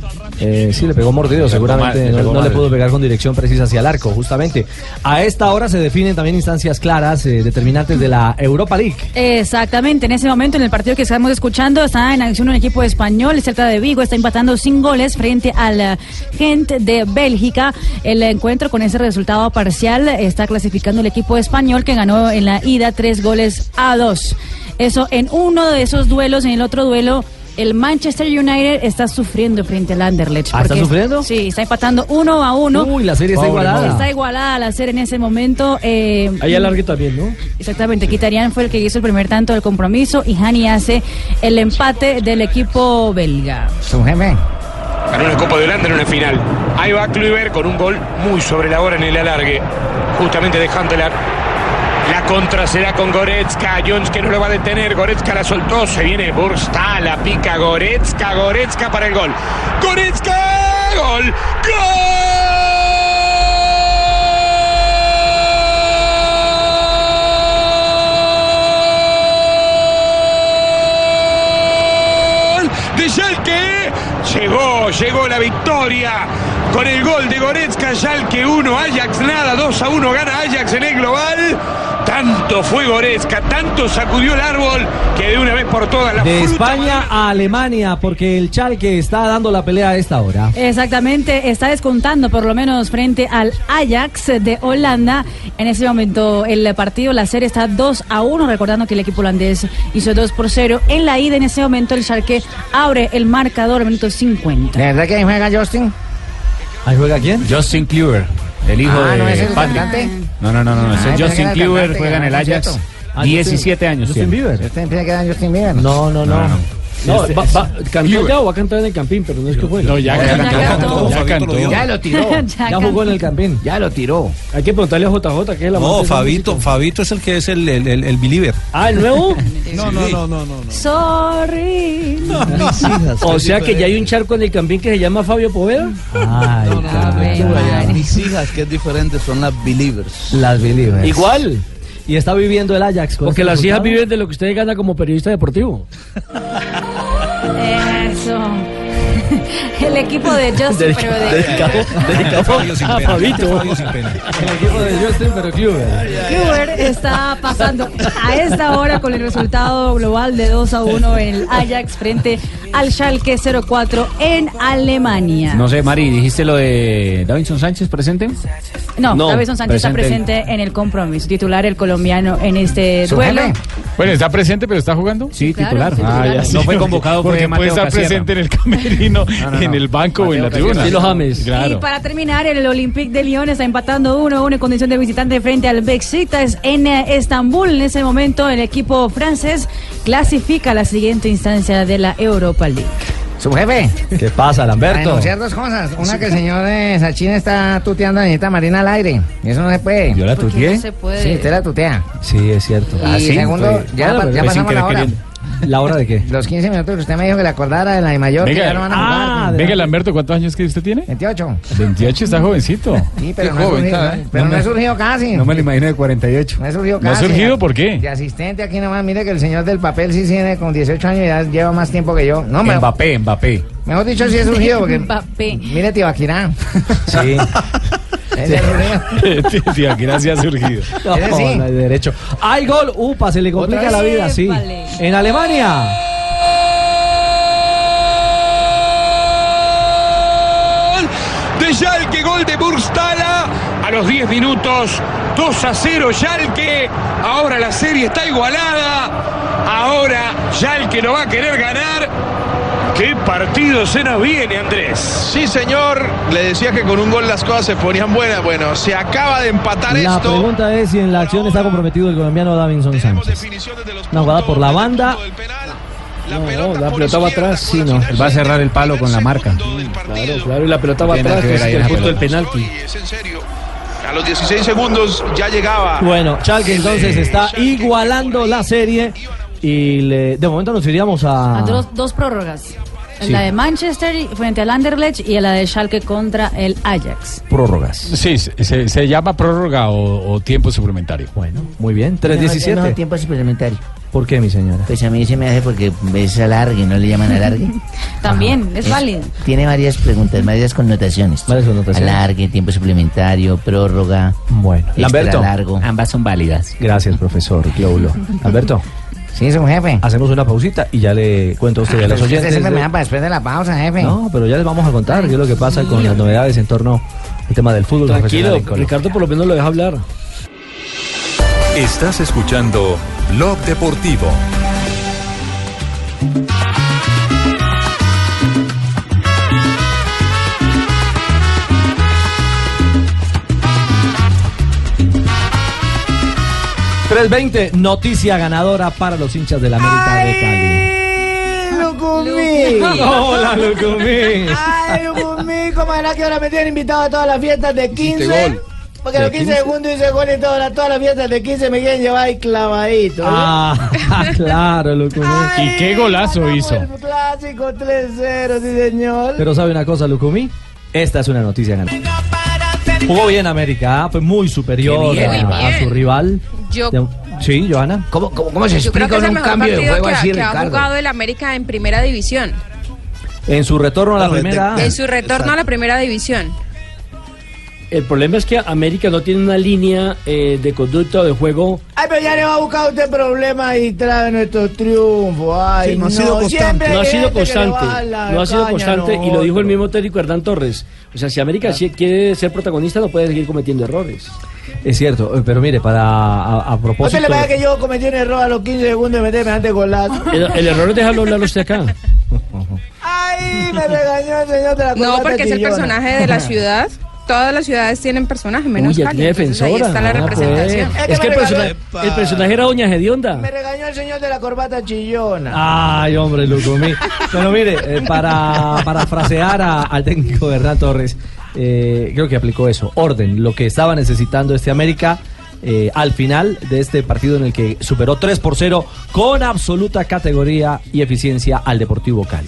S3: Eh, sí, le pegó mordido,
S13: Le pegó
S3: seguramente
S13: mal, le
S3: no-
S13: pegó
S3: no, le
S13: mal.
S3: pudo pegar con dirección precisa hacia el arco, justamente. A esta hora se definen también instancias claras, eh, determinantes de la Europa League.
S6: Exactamente, en ese momento, en el partido que estamos escuchando, está en acción un equipo español, el Celta de Vigo, está empatando sin goles frente al eh, Gent de Bélgica. El encuentro con ese resultado parcial eh, está clasificando el equipo español que ganó en la ida tres goles a dos. Eso en uno de esos duelos, en el otro duelo. El Manchester United está sufriendo frente al Anderlecht.
S3: Ah, ¿está
S6: porque-
S3: sufriendo?
S6: Sí, está empatando uno a uno.
S3: Uy, la serie está Pobre igualada. Mora.
S6: Está igualada la serie en ese momento. eh,
S7: Ahí alargue también, ¿no?
S6: Exactamente, Kitarian fue el que hizo el primer tanto del compromiso y Hani hace el empate del equipo belga.
S9: Su jefe.
S23: Ganó una Copa de Holanda en una final. Ahí va Kluivert con un gol muy sobre la hora en el alargue, justamente de Hantelar. La contra será con Goretzka, Jones que no lo va a detener, Goretzka la soltó, se viene Bursta, la pica Goretzka, Goretzka para el gol. Goretzka, gol, gol de Schalke. Llegó, llegó la victoria con el gol de Goretzka, Schalke 1, Ajax nada, 2 a 1 gana Ajax en el global. Tanto fue Goretzka, tanto sacudió el árbol que de una vez por todas la
S3: De
S23: fruta
S3: España a Alemania, porque el Chalke está dando la pelea a esta hora.
S6: Exactamente, está descontando por lo menos frente al Ajax de Holanda. En ese momento el partido, la serie está 2 a 1, recordando que el equipo holandés hizo 2 por 0. En la ida, en ese momento, el Schalke abre el marcador, minuto 50.
S9: ¿De verdad que ahí juega Justin?
S3: ¿Ahí juega quién?
S4: Justin Kluivert, el hijo
S9: Ah,
S4: de
S9: ¿no es el
S4: Patrick.
S9: cantante?
S4: No, no, no, no, ese
S9: Ah,
S4: es
S9: pensé que
S4: Justin
S9: era
S4: Kluivert,
S9: cantante,
S4: juega en el
S9: no, no es
S4: Ajax,
S9: cierto. Ah,
S4: 17 años
S9: Justin
S4: tiene.
S9: Bieber. Justin piensa que era Justin Bieber.
S3: No,
S4: No,
S3: no,
S4: no, no.
S7: No,
S4: Este-
S7: va, va, cantó
S4: Kluivert.
S7: ya o va a cantar en el Campín, pero no es que juegue.
S4: No, ya Ya cantó, cantó, ya Fabito cantó. lo dio.
S7: Ya lo tiró.
S4: Ya
S7: ya jugó en el Campín.
S9: Ya lo tiró.
S7: Hay que preguntarle a JJ que es la
S11: No, Fabito, Fabito es el que es el, el, el- el believer.
S7: Ah, ¿el nuevo?
S11: No, no, no, no,
S6: Sorry.
S7: O sea que ya hay un charco en el Campín que se llama Fabio Poveda.
S3: No,
S16: no, no, Mis hijas, que es diferente, son las believers.
S3: Las believers.
S7: Igual.
S3: Y está viviendo el Ajax. con
S7: Porque
S3: este
S7: las hijas
S3: resultado.
S7: viven de lo que usted gana como periodista deportivo.
S6: Eso. El equipo de Justin, pero de...
S3: Ah, Fabito. El equipo de Justin, pero Kluivert.
S6: Kluber está pasando a esta hora con el resultado global de 2 a 1 en el Ajax frente al Schalke 04 en Alemania.
S4: No sé, Mari, ¿dijiste lo de Davinson Sánchez presente?
S6: No,
S5: No,
S6: Davidson Sánchez
S5: presente.
S6: está presente en el compromiso. Titular el colombiano en este duelo.
S5: Bueno, está presente, pero está jugando.
S4: Sí,
S6: Claro, titular. sí,
S5: Ah,
S6: titular.
S5: ya, sí.
S4: No fue convocado, fue
S5: porque puede
S4: Mateo
S5: estar
S4: Casierra.
S5: presente en el camerino, en el banco o en la tribuna.
S7: Casierra. Y los James.
S5: Claro.
S6: Y para terminar, el Olympique de Lyon está empatando 1-1 en condición de visitante frente al Besiktas en eh, Estambul. En ese momento, el equipo francés clasifica a la siguiente instancia de la Europa League.
S9: Su jefe.
S3: ¿Qué pasa,
S9: Para
S3: Lamberto?
S9: denunciar dos cosas. Una que el señor eh, Sachin está tuteando a Anita Marina al aire. Y eso no se puede.
S3: ¿Yo la ¿Por qué tuteé? no se puede?
S9: Sí, usted la tutea.
S3: Sí, es cierto.
S9: Y
S24: Ah,
S9: segundo, ya pa-
S24: pues
S9: ya pasamos la hora.
S3: ¿La hora de qué?
S9: Los 15 minutos que usted me dijo que le acordara de la de mayor. que
S5: Venga,
S9: ya no van
S24: Ah,
S9: a jugar.
S5: venga, Lamberto, ¿cuántos años que usted tiene?
S9: 28.
S5: 28, está jovencito.
S9: Sí, pero no, ha surgido- no- pero no ha surgido casi.
S5: me lo imagino de 48.
S9: No ha surgido
S5: ¿No ha
S9: casi.
S5: surgido por qué?
S9: De asistente aquí nomás, mire que el señor del papel sí tiene con 18 años ya lleva más tiempo que yo. No, me-
S20: Mbappé, Mbappé.
S9: mejor dicho, sí he surgido porque...
S6: Mbappé.
S9: Mire, Tibaquirá.
S3: Sí.
S9: Ese es surgido.
S5: Tío, aquí ha surgido.
S3: No,
S9: Era así.
S3: no hay derecho. ¡Ay, gol! ¡Upa! Se le complica
S9: ¿Otra
S3: la
S9: vez?
S3: vida, sí.
S9: Épale.
S3: En Alemania.
S23: de Schalke, gol de Burstala a los 10 minutos, 2 a 0 Schalke, ahora la serie está igualada, ahora Schalke no va a querer ganar. ¿Qué partido se nos viene, Andrés?
S21: Sí, señor. Le decía que con un gol las cosas se ponían buenas. Bueno, se acaba de empatar
S3: La
S21: esto.
S3: pregunta es si en la acción está comprometido el colombiano Davinson Sánchez. Una jugada por la banda.
S7: No, la pelota va atrás, sí, no.
S20: Va a cerrar el palo con la marca.
S7: Claro, claro, y la pelota va
S20: Tiene
S7: atrás,
S20: que ver
S7: que es
S20: ahí
S7: el
S20: la
S7: punto del
S20: pelota.
S7: penalti.
S21: A los 16 segundos ya llegaba.
S3: Bueno, Schalke entonces está igualando la serie. Y le- de momento nos iríamos
S6: A
S8: Ah.
S3: a.
S6: dos, dos prórrogas.
S3: Sí.
S6: La de Manchester frente al Anderlecht y la de Schalke contra el Ajax.
S3: Prórrogas.
S5: Sí, se, se- se llama prórroga o, o tiempo suplementario.
S3: Bueno, muy bien.
S13: No, no, tiempo suplementario.
S3: ¿Por qué, mi señora?
S13: Pues a mí se me hace porque es alargue, no le llaman alargue.
S6: También, es
S13: Es-
S6: válido.
S13: Tiene varias preguntas, varias connotaciones. Varias connotaciones. Alargue, tiempo suplementario, prórroga.
S3: Bueno, Lamberto.
S13: largo. Ambas son válidas.
S3: Gracias, profesor Globlo. Alberto.
S9: Sí, su jefe.
S3: Hacemos una pausita y ya le cuento a usted y a los
S9: Usted
S3: oyentes.
S9: siempre
S3: de-
S9: me da para después de la pausa, jefe.
S3: No, pero ya les vamos a contar qué es lo que pasa con las novedades en torno al tema del fútbol. profesional
S7: Tranquilo,
S3: en Colombia.
S7: Ricardo por lo menos lo deja hablar.
S19: Estás escuchando Blog Deportivo.
S3: veinte noticia ganadora para los hinchas de la América de Cali.
S10: Lucumí.
S3: Hola, Lucumí.
S10: Ay, Lucumí, ¿cómo era que ahora me tienen invitado a todas las fiestas de 15?
S3: gol.
S10: Porque
S3: ¿De
S10: los 15
S3: 15?
S10: segundos hice gol y todas las, todas las fiestas de 15 me quieren llevar ahí clavadito. ¿eh? ¿no?
S3: Ah, claro, Lucumí.
S5: ¿Y qué golazo hizo?
S10: Clásico 3-0, sí señor.
S3: Pero sabe una cosa, Lucumí, esta es una noticia ganadora. Jugó bien América, ah, fue muy superior
S8: Qué bien.
S3: a,
S8: Muy
S3: a
S8: bien.
S3: su rival.
S24: Yo-
S3: De- Sí, Joana.
S8: ¿Cómo, cómo, cómo se
S24: Yo creo
S8: Pues
S24: que
S8: explica
S24: es
S8: uno
S24: el
S8: un
S24: mejor
S8: cambio de
S24: partido
S8: juego
S24: que, ha-
S8: así,
S24: que ha
S8: Ricardo?
S24: jugado el América en primera división.
S3: En su retorno a la
S7: primera
S24: En su retorno a la primera división.
S7: El problema es que América no tiene una línea eh, de conducta o de juego.
S10: Ay, pero ya le va a buscar usted problemas y trae nuestros triunfos. Ay,
S7: Sí, no ha sido constante.
S10: siempre hay
S7: No ha sido
S10: gente que le
S7: constante.
S10: va a la
S7: No ha sido
S10: caña,
S7: constante
S10: no.
S7: y lo dijo el mismo técnico Hernán Torres. O sea, si América sí quiere ser protagonista, no puede seguir cometiendo errores.
S3: Es cierto, eh, pero mire, para a, a
S10: No se
S3: propósito.
S10: le vaya que yo cometí un error a los 15 segundos de meterme antes golazo.
S7: El, el error es dejarlo hablar usted acá.
S10: Ay, me regañó el señor de la
S24: No,
S10: corbata
S24: porque es el
S10: chillona.
S24: personaje de la ciudad. Todas las ciudades tienen personaje,
S8: Uh.
S24: menos
S7: Uy, ya
S24: Cali.
S7: tiene
S24: Entonces, ahí
S7: defensora.
S24: está la
S7: Ah, pues.
S24: representación.
S7: Es que el, persona- el personaje era Doña Gedionda.
S10: Me regañó el señor de la corbata chillona.
S5: Ah,
S3: Ay, hombre, Lucumí. Bueno, mire, eh, para parafrasear a- al técnico Hernán Torres, eh, creo que aplicó eso. Orden, lo que estaba necesitando este América eh, al final de este partido en el que superó 3 por 0 con absoluta categoría y eficiencia al Deportivo Cali.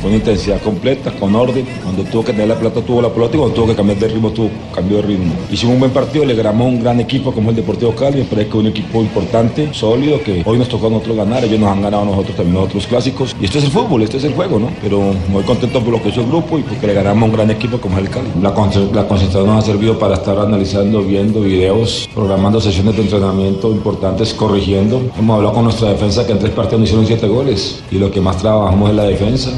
S25: Con intensidad completa, con orden. Cuando tuvo que tener la pelota, tuvo la pelota y cuando tuvo que cambiar de ritmo, tuvo cambió de ritmo. Hicimos un buen partido, le ganamos a un gran equipo como el Deportivo Cali. Me parece que es un equipo importante, sólido, que hoy nos tocó a nosotros ganar. Ellos nos han ganado a nosotros también los otros clásicos. Y esto es el fútbol, este es el juego, ¿no? Pero muy contento por lo que hizo el grupo y porque le ganamos a un gran equipo como es el Cali. La, conce- la concentración nos ha servido para estar analizando, viendo videos, programando sesiones de entrenamiento importantes, corrigiendo. Hemos hablado con nuestra defensa que en tres partidos nos hicieron siete goles y lo que más trabajamos es la defensa.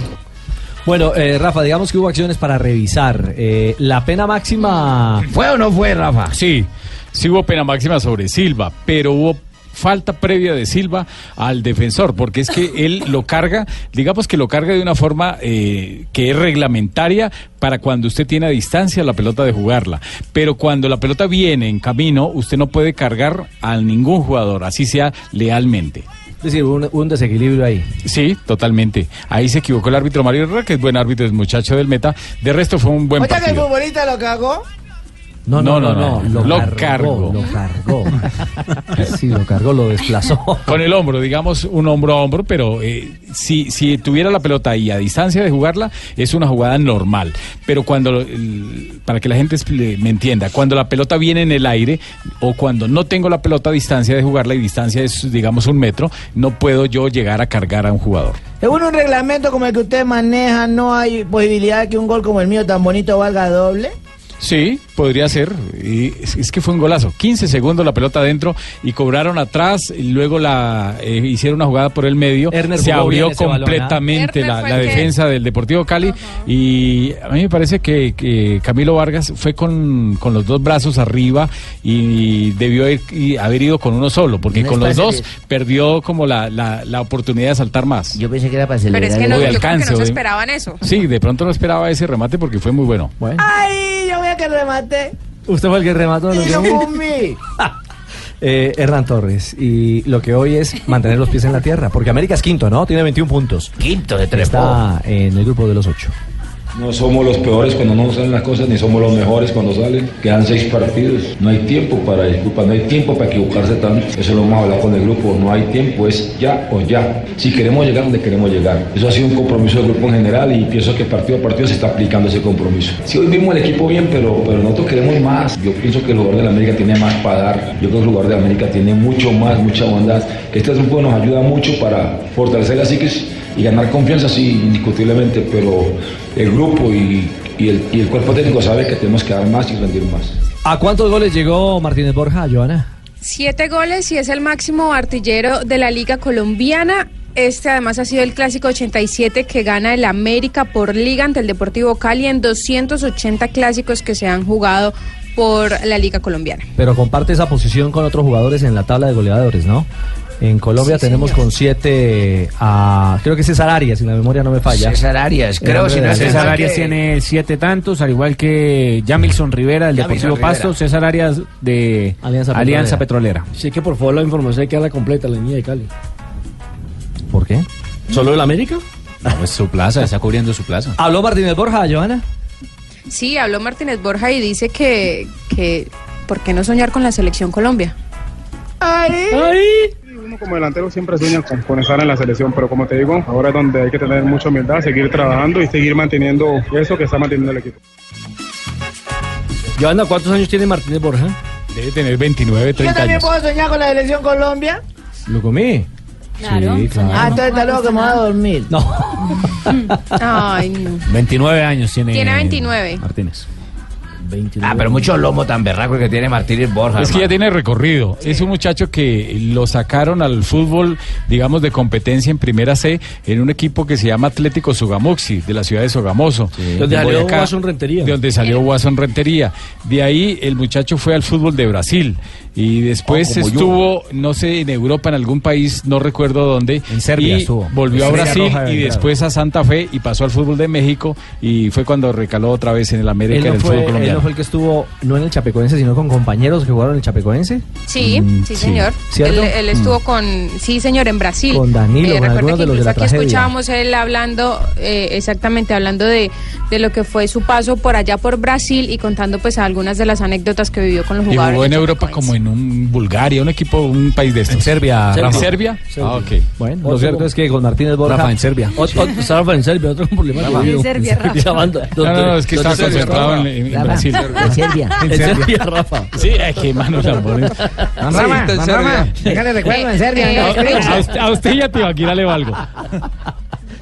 S3: Bueno, eh, Rafa, digamos que hubo acciones para revisar. Eh, la pena máxima.
S5: ¿Fue o no fue, Rafa? Sí, sí hubo pena máxima sobre Silva, pero hubo falta previa de Silva al defensor, porque es que él lo carga, digamos que lo carga de una forma eh, que es reglamentaria para cuando usted tiene a distancia la pelota de jugarla. Pero cuando la pelota viene en camino, usted no puede cargar a ningún jugador, así sea lealmente.
S3: Es decir, un, un desequilibrio ahí.
S5: Sí, totalmente. Ahí se equivocó el árbitro Mario Herrera, que es buen árbitro, es muchacho del meta. De resto fue un buen
S10: ¿Oye que el
S5: partido.
S10: futbolista lo cagó?
S3: No, no, no, no,
S5: lo,
S3: cargó,
S5: cargo.
S3: Lo cargó. sí, lo cargó, lo desplazó.
S5: Con el hombro, digamos, un hombro a hombro, pero eh, si, si tuviera la pelota ahí a distancia de jugarla, es una jugada normal. Pero cuando, lo- el- para que la gente expli- me entienda, cuando la pelota viene en el aire o cuando no tengo la pelota a distancia de jugarla y distancia es, digamos, un metro, no puedo yo llegar a cargar a un jugador.
S10: Según un reglamento como el que usted maneja, ¿no hay posibilidad de que un gol como el mío tan bonito valga doble?
S5: Sí, podría ser. Y es, es que fue un golazo. 15 segundos la pelota adentro y cobraron atrás. y luego la eh, hicieron una jugada por el medio.
S3: Erner
S5: se
S3: jugó bien
S5: abrió
S3: ese balón, ¿ah?
S5: completamente
S3: Erner
S5: la,
S3: fue
S5: la
S3: el que-
S5: defensa del Deportivo Cali. Y a mí me parece que, que Camilo Vargas fue con, con los dos brazos arriba y, debió ir- y haber ido con uno solo, porque
S26: No es
S5: con los
S26: para
S5: dos
S26: salir.
S5: perdió como la, la- la oportunidad de saltar más.
S26: Yo pensé que era para
S21: Pero es que no, yo creo que no se esperaban eso.
S5: Sí, de pronto no esperaba ese remate porque fue muy bueno.
S10: ¡Ay! Yo voy a que remate.
S3: Usted fue el que remató lo
S10: Y
S3: que
S10: yo
S3: hubo.
S10: comí.
S5: Ah,
S3: Eh, Hernán Torres. Y lo que hoy es mantener los pies en la tierra. Porque América es quinto, ¿no? Tiene 21 puntos.
S8: Quinto de
S3: tres. Está en el grupo de los ocho.
S25: No somos los peores cuando no nos salen las cosas, ni somos los mejores cuando salen. Quedan seis partidos. No hay tiempo para disculpas, no hay tiempo para equivocarse tanto. Eso lo hemos hablado con el grupo. No hay tiempo, es ya o ya. Si queremos llegar donde queremos llegar. Eso ha sido un compromiso del grupo en general y pienso que partido a partido se está aplicando ese compromiso. Sí, hoy vimos el equipo bien, pero, pero nosotros queremos más. Yo pienso que el jugador de la América tiene más para dar. Yo creo que el jugador de la América tiene mucho más, mucha bondad. Este grupo nos ayuda mucho para fortalecer la psiquis y ganar confianza sí, indiscutiblemente, pero el grupo y, y el, y el cuerpo técnico sabe que tenemos que dar más y rendir más.
S3: ¿A cuántos goles llegó Martínez Borja, Joana?
S21: Siete goles y es el máximo artillero de la Liga Colombiana. Este además ha sido el clásico 87 que gana el América por liga ante el Deportivo Cali en 280 clásicos que se han jugado por la Liga Colombiana.
S3: Pero comparte esa posición con otros jugadores en la tabla de goleadores, ¿no? En Colombia tenemos con siete a. Creo que César Arias, si la memoria no me falla.
S8: César Arias, creo, si no es
S4: César Arias tiene siete tantos, al igual que Jamilson Rivera del
S8: Jamilson
S4: Deportivo Pasto,
S8: Rivera.
S4: César Arias de Alianza, Petrolera.
S7: Sí, que por favor la información hay que darla completa, la niña de Cali.
S3: ¿Por qué?
S7: ¿Solo el América?
S27: No, es su plaza, está cubriendo su plaza.
S3: ¿Habló Martínez Borja, Joana?
S21: Sí, habló Martínez Borja y dice que, que ¿por qué no soñar con la selección Colombia?
S10: ¡Ay!
S23: Uno como delantero siempre sueña con, con estar en la selección, pero como te digo, ahora es donde hay que tener mucha humildad, seguir trabajando y seguir manteniendo eso que está manteniendo el equipo.
S3: Joana, ¿cuántos años tiene Martínez Borja?
S5: Debe tener 29,
S10: ¿Yo
S5: 30
S10: también
S5: años.
S10: puedo soñar con la selección Colombia?
S3: ¿Lo comí?
S10: Claro.
S3: Sí, claro.
S10: Ah, entonces está luego que me voy a dormir.
S3: No.
S21: Ay, no.
S27: 29 años tiene.
S21: Tiene 29.
S27: Martínez.
S8: Ah, pero mucho lomo tan berraco que tiene Martínez Borja.
S5: Es que ya
S8: hermano.
S5: tiene recorrido. Es un muchacho que lo sacaron al fútbol, digamos, de competencia en Primera C, en un equipo que se llama Atlético Sogamoxi, de la ciudad de Sogamoso. en
S7: Donde salió
S5: Boyacá,
S7: Guasón Rentería.
S5: De donde salió Guasón Rentería. De ahí el muchacho fue al fútbol de Brasil. Y después
S7: Oh, como yo.
S5: estuvo, no sé, en Europa, en algún país, no recuerdo dónde. En
S27: Serbia estuvo.
S5: Volvió a
S27: Estrella
S5: Brasil
S27: Roja de
S5: y
S27: Belgrado.
S5: después a Santa Fe y pasó al fútbol de México. Y fue cuando recaló otra vez en el América,
S3: Él
S5: en
S3: no,
S5: el fútbol
S3: fue, él
S5: colombiano.
S3: no fue el que estuvo, no en el Chapecoense, sino con compañeros que jugaron en el Chapecoense.
S21: Sí,
S3: Mm, sí.
S21: sí, señor.
S3: ¿Cierto? Mm.
S21: Él, él estuvo
S5: Mm.
S21: con, sí, señor, en Brasil.
S3: Con Danilo, con
S21: recuerda
S3: algunos
S21: que
S3: de los de
S21: incluso
S3: la
S21: aquí
S3: tragedia.
S21: escuchábamos él hablando, eh, exactamente, hablando de, de lo que fue su paso por allá por Brasil y contando pues algunas de las anécdotas que vivió con los
S5: Y
S21: jugadores.
S5: jugó en Europa como en un Bulgaria, un equipo, un país de estos. En Serbia. ¿En
S3: Rafa.
S5: Serbia? Ah, ok.
S3: Bueno, lo cierto es que con Martínez Borja.
S5: Rafa, en Serbia.
S3: Ot- ot- está Rafa en Serbia, otro problema.
S5: Rafa.
S3: que
S5: En
S3: hubo.
S5: Serbia,
S3: En Serbia,
S5: Rafa.
S3: banda.
S5: No, no, no, es que
S3: Donde-
S5: estaba
S3: donde se-
S5: concentrado en- en
S3: Rafa.
S5: Brasil.
S3: En Serbia. En Serbia, Rafa.
S5: Sí, es que mano la ponen.
S10: Juan Rama,
S5: está en
S10: Juan
S5: Serbia.
S10: Rama, déjale recuerdo en Serbia,
S5: Eh,
S10: venga,
S5: a-
S10: escribe.
S5: a usted- A usted ya te va a le valgo.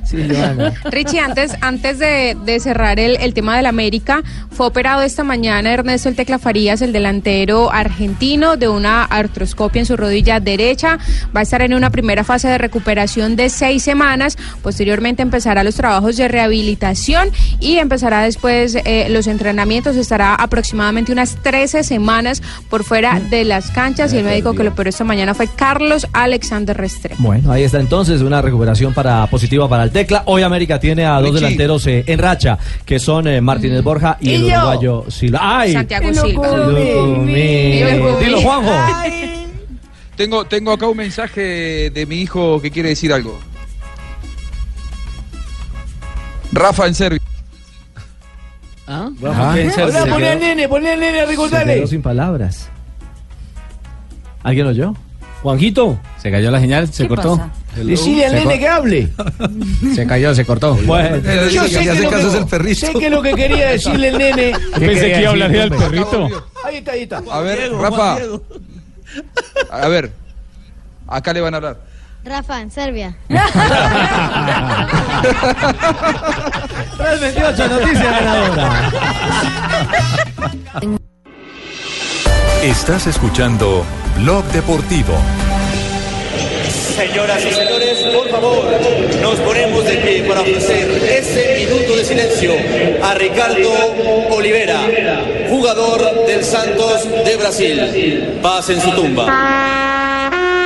S10: Sí, Joana.
S21: Richie, antes, antes de, de cerrar el, el tema del América, fue operado esta mañana Ernesto El Tecla Farías, el delantero argentino, de una artroscopia en su rodilla derecha. Va a estar en una primera fase de recuperación de seis semanas. Posteriormente empezará los trabajos de rehabilitación y empezará después eh, los entrenamientos. Estará aproximadamente unas 13 semanas por fuera de las canchas y el médico que lo operó esta mañana fue Carlos Alexander Restrepo.
S3: Bueno, ahí está entonces una recuperación para positiva para el Tecla. Hoy América tiene a dos delanteros eh, en racha, que son eh, Martínez Borja y,
S21: Mm. Y
S3: el
S21: yo.
S3: uruguayo Silva. ¡Ay!
S21: Santiago
S3: Dilo,
S21: Silva.
S3: Dilo, Dilo, Juanjo.
S14: Tengo, tengo acá un mensaje de mi hijo que quiere decir algo. Rafa en serio.
S28: ¿Ah?
S3: Ah.
S10: Hola, poné al nene, poné al nene a
S3: Se
S10: recordarle.
S3: quedó sin palabras. ¿Alguien oyó?
S28: Juanjito.
S4: Se cayó la señal, se cortó.
S10: Decile al
S4: Se
S10: nene
S4: cor-
S10: que hable.
S4: Se cayó, se cortó.
S10: Yo sé que, lo que- sé que lo que quería decirle el nene.
S4: Pensé que iba a hablar del hombre? perrito.
S10: Ahí está, ahí está.
S14: A ver, Rafa. A ver. Acá le van a hablar.
S9: Rafa, en Serbia.
S3: Tres 28 noticias ganadora.
S19: Estás escuchando Blog Deportivo.
S7: Señoras y señores, por favor, nos ponemos de pie para ofrecer ese minuto de silencio a Ricardo Olivera, jugador del Santos de Brasil. Paz en su tumba.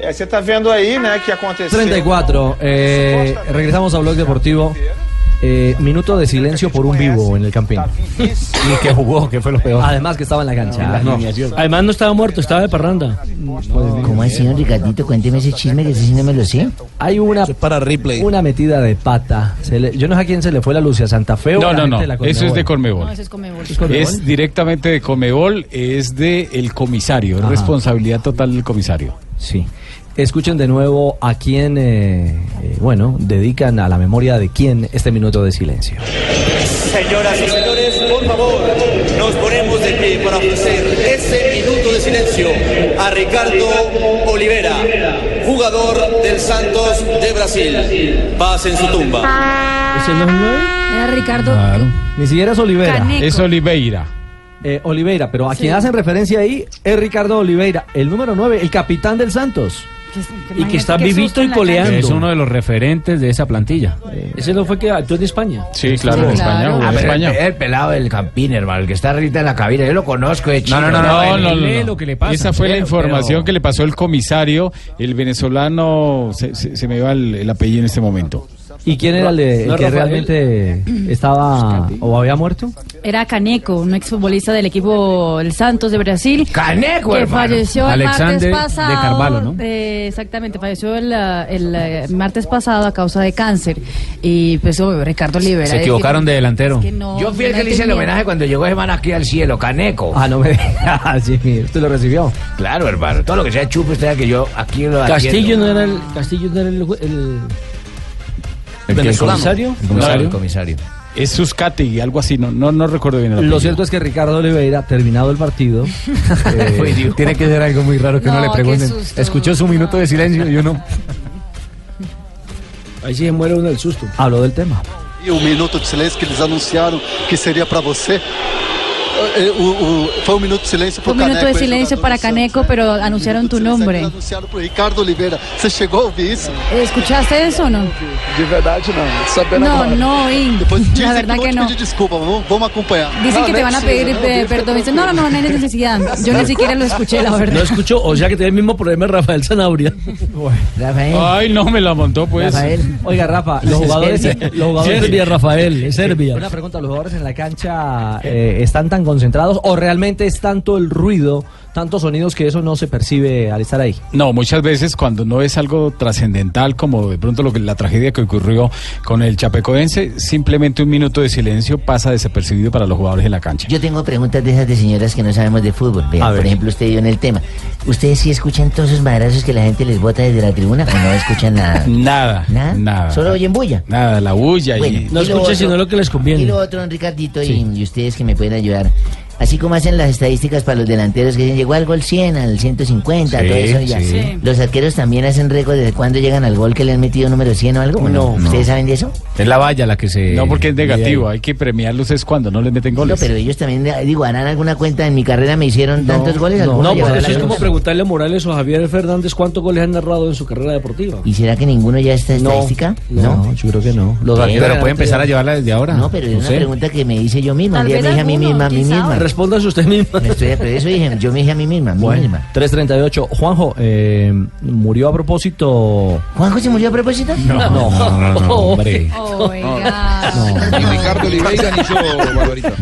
S18: É, você tá vendo aí, né, que aconteceu.
S3: 34. eh, regresamos a Blog Deportivo. Eh, minuto de silencio por un vivo en el campín.
S4: Y que jugó, que fue lo peor.
S3: Además que estaba en la cancha.
S4: No.
S28: Además no estaba muerto, estaba de parranda.
S13: ¿Cómo así, don Ricardito? Cuénteme ese chisme que ese sí no me lo sé.
S3: Hay una para Una metida de pata. Se le- yo no sé a quién se le fue la luz, si a Santa Fe o
S5: No,
S3: a la
S5: no,
S3: gente
S5: no.
S3: de la
S5: Eso es de
S3: Conmebol.
S5: Conmebol.
S6: es Conmebol.
S5: Es directamente de Comebol, es de el comisario, es
S3: Ajá.
S5: responsabilidad total del comisario.
S3: Sí. Escuchen de nuevo a quién, eh, eh, bueno, dedican a la memoria de quién este minuto de silencio.
S7: Señoras y señores, por favor, nos ponemos de pie para ofrecer ese minuto de silencio a Ricardo Olivera, jugador del Santos de Brasil. Paz en su tumba.
S3: ¿Ese no es
S6: Era Eh, Ricardo.
S3: Ni siquiera es Oliveira.
S6: Caneco. Es
S3: Oliveira. Oliveira, pero a
S6: Sí.
S3: quien hacen referencia ahí es Ricardo Oliveira, el número 9, el capitán del Santos.
S28: Y que está vivito y coleando. Eh,
S4: Es uno de los referentes de esa plantilla.
S28: Ese no fue que actuó en España.
S4: Sí,
S28: claro, en España,
S4: jugó en
S8: Ah, pero
S4: España.
S8: El, el pelado del Campín, hermano, el que está ahorita en la cabina, yo lo conozco de chico.
S4: No, no, no,
S5: No,
S4: Lee
S5: no, no, no.
S4: lo que le pasa.
S5: Esa fue la
S4: Pero-
S5: información
S4: pero-
S5: que le pasó el comisario, el venezolano, se, se- se me va el, el apellido en este momento.
S3: ¿Y quién era el, de- el
S5: No,
S3: que
S5: Rafael.
S3: realmente estaba o había muerto?
S6: Era Caneco, un exfutbolista del equipo El Santos de Brasil.
S8: Caneco,
S6: Que
S8: hermano.
S6: falleció el
S8: Alexander de
S6: martes pasado.
S8: Carvalho, ¿no?
S6: eh, exactamente, falleció el, ah, el, eh, martes pasado a causa de cáncer. Y pues oh, Ricardo Libera.
S4: Se equivocaron de delantero.
S8: Yo fui el que le hice el homenaje cuando llegó semana aquí al cielo, Caneco.
S3: Ah, no me sí, usted lo recibió.
S8: Claro, hermano, todo lo que sea chupo, usted sabe que yo aquí lo
S28: Castillo
S8: atiendo.
S28: no era el. Castillo no era el. ju- el-
S8: ¿El qué?
S28: venezolano. comisario?
S8: El comisario.
S5: No, Es Suscati, algo así, no, no, no recuerdo bien el
S3: Lo
S5: apellido.
S3: cierto es que Ricardo Oliveira, terminado el partido, eh,
S4: Tiene que ser algo muy raro que
S3: No,
S4: uno le
S3: qué
S4: pregunten.
S3: susto.
S4: Escuchó su minuto de silencio y uno.
S28: Aí se muere uno del susto.
S3: Habló del tema.
S18: E o minuto de silêncio que eles anunciaram que seria para você, eh, eh, o- o- foi um minuto de silêncio para
S6: Un
S18: o
S6: minuto
S18: Caneco.
S6: de
S18: esse
S6: silencio para Caneco, pero anunciaron tu nombre.
S18: anunciado pro Ricardo Oliveira. Você chegou a ouvir isso?
S6: ¿Escuchaste eso o no?
S18: De verdade, É. não. Sabendo
S6: No, no, oí. La verdad que no.
S18: pedir desculpa, vamos, vamos acompanhar.
S6: Dicen
S18: Não,
S6: que
S18: não
S6: te
S18: é
S6: van a
S18: possível,
S6: pedir
S18: não,
S6: eh,
S18: Deus.
S6: perdón. Dicen, no, no, no, no hay necesidad. Yo ni siquiera lo escuché, la
S28: No
S6: verdad.
S28: escuchó, o sea que tiene el mismo problema Rafael Sanabria.
S13: Rafael.
S5: Ay, Ah, no me la montó pues.
S13: Rafael.
S3: Oiga, Rafa, los jugadores, los jugadores
S28: Serbia, Rafael, es Serbia.
S3: Una eh, pregunta, los jugadores en la cancha eh, están tan concentrados o realmente es tanto el ruido tantos sonidos que eso no se percibe al estar ahí.
S5: No, muchas veces cuando no es algo trascendental, como de pronto lo que, la tragedia que ocurrió con el Chapecoense, simplemente un minuto de silencio pasa desapercibido para los jugadores en la cancha.
S13: Yo tengo preguntas de esas de señoras que no sabemos de fútbol. Vea,
S5: A
S13: por
S5: ver.
S13: ejemplo, usted dio en el tema. ¿Ustedes sí escuchan todos esos madrazos que la gente les bota desde la tribuna o no escuchan nada?
S5: Nada, nada,
S13: ¿Solo oyen bulla?
S5: Nada, la bulla y...
S13: Bueno, No y lo escucha otro- sino lo que
S7: les
S13: Y lo otro, don Ricardito, y- y, ustedes que me pueden ayudar. Así como hacen las estadísticas para los delanteros que dicen, llegó al gol 100, al 150,
S1: Sí,
S13: todo eso ya.
S1: sí. Sí.
S13: ¿Los arqueros también hacen récord de cuándo llegan al gol que le han metido número 100 o algo? ¿o no? ¿Ustedes saben de eso?
S5: Es la valla la que se... No, porque es
S13: mide
S5: negativo,
S13: ahí.
S5: hay que premiarlos es cuando no les meten
S13: No,
S5: goles.
S13: pero ellos también, eh, digo, harán alguna cuenta. En mi carrera me hicieron tantos goles.
S7: Pues No,
S13: algunos
S7: no,
S13: llevarán
S7: porque
S13: la
S7: eso es como
S13: cuenta.
S7: preguntarle a Morales o a Javier Fernández cuántos goles han narrado en su carrera deportiva.
S13: ¿Y será que ninguno ya está estadística? No,
S7: yo creo que no.
S13: Los arqueros
S7: pero puede empezar a
S13: llevarla desde ahora. No, pero es
S7: No
S13: una
S7: sé.
S13: pregunta que me hice yo misma. Un
S7: Tal
S13: día
S7: vez
S13: me dije a mí
S7: alguno,
S13: misma, a mí
S7: quién sabe.
S13: misma.
S7: Respóndase usted misma.
S13: Me estoy, pero eso dije, yo me dije a mí misma, a mí
S3: Bueno,
S13: misma.
S3: 338. Juanjo, eh, murió a propósito.
S13: ¿Juanjo se murió a propósito?
S3: No, no, no, no, hombre.
S6: Oiga.
S14: Ni Ricardo Oliveira ni yo, Barbarita.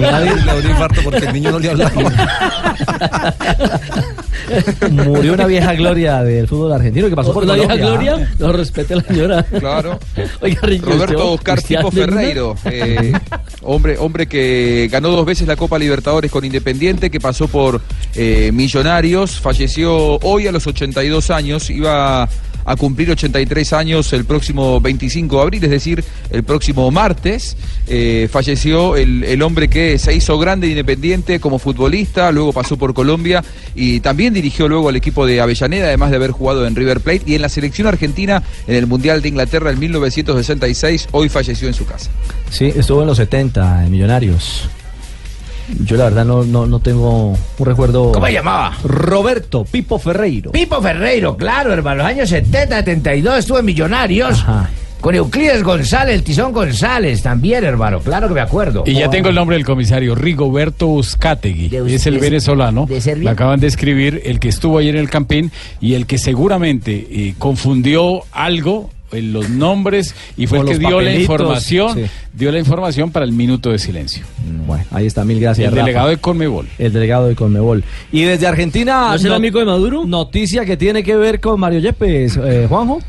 S3: Nadie
S14: le dio infarto porque el niño no le hablaba.
S3: Murió una vieja gloria del fútbol argentino que pasó por
S7: la vieja
S3: Colombia.
S7: Gloria, no respete a la señora.
S14: Claro.
S7: Oiga, Rico,
S14: Roberto
S7: usted-
S14: Oscar
S7: usted
S14: Tipo
S7: anda en una-
S14: Ferreiro, eh, hombre, hombre que ganó dos veces la Copa Libertadores con Independiente, que pasó por eh, Millonarios, falleció hoy a los 82 años, iba a cumplir 83 años el próximo 25 de abril, es decir, el próximo martes. Eh, falleció el, el hombre que se hizo grande de Independiente como futbolista, luego pasó por Colombia y también dirigió luego al equipo de Avellaneda, además de haber jugado en River Plate y en la selección argentina en el Mundial de Inglaterra en 1966. Hoy falleció en su casa.
S3: Sí, estuvo en los 70, en Millonarios. Yo la verdad no, no, no tengo un recuerdo.
S8: ¿Cómo se llamaba?
S3: Roberto Pipo Ferreiro.
S8: Pipo Ferreiro, claro, hermano. Los años 70, 72 estuvo en Millonarios. Con Euclides González, el Tizón González también, hermano. Claro que me acuerdo.
S5: Y ya tengo el nombre del comisario, Rigoberto Uzcategui. Es el
S8: de-
S5: venezolano.
S8: de Serbia.
S5: Lo acaban de escribir, el que estuvo ayer en el Campín y el que seguramente eh, confundió algo en los nombres y fue
S3: O
S5: el que
S3: los
S5: dio la
S3: papelitos,
S5: información,
S3: sí.
S5: dio la información para el minuto de silencio.
S3: Bueno, ahí está, mil gracias.
S5: el
S3: Rafa.
S5: delegado de Conmebol.
S3: El delegado de Conmebol. Y desde Argentina.
S5: ¿No es el amigo
S3: de Maduro? Noticia que tiene que ver con Mario Yepes. Eh, Juanjo.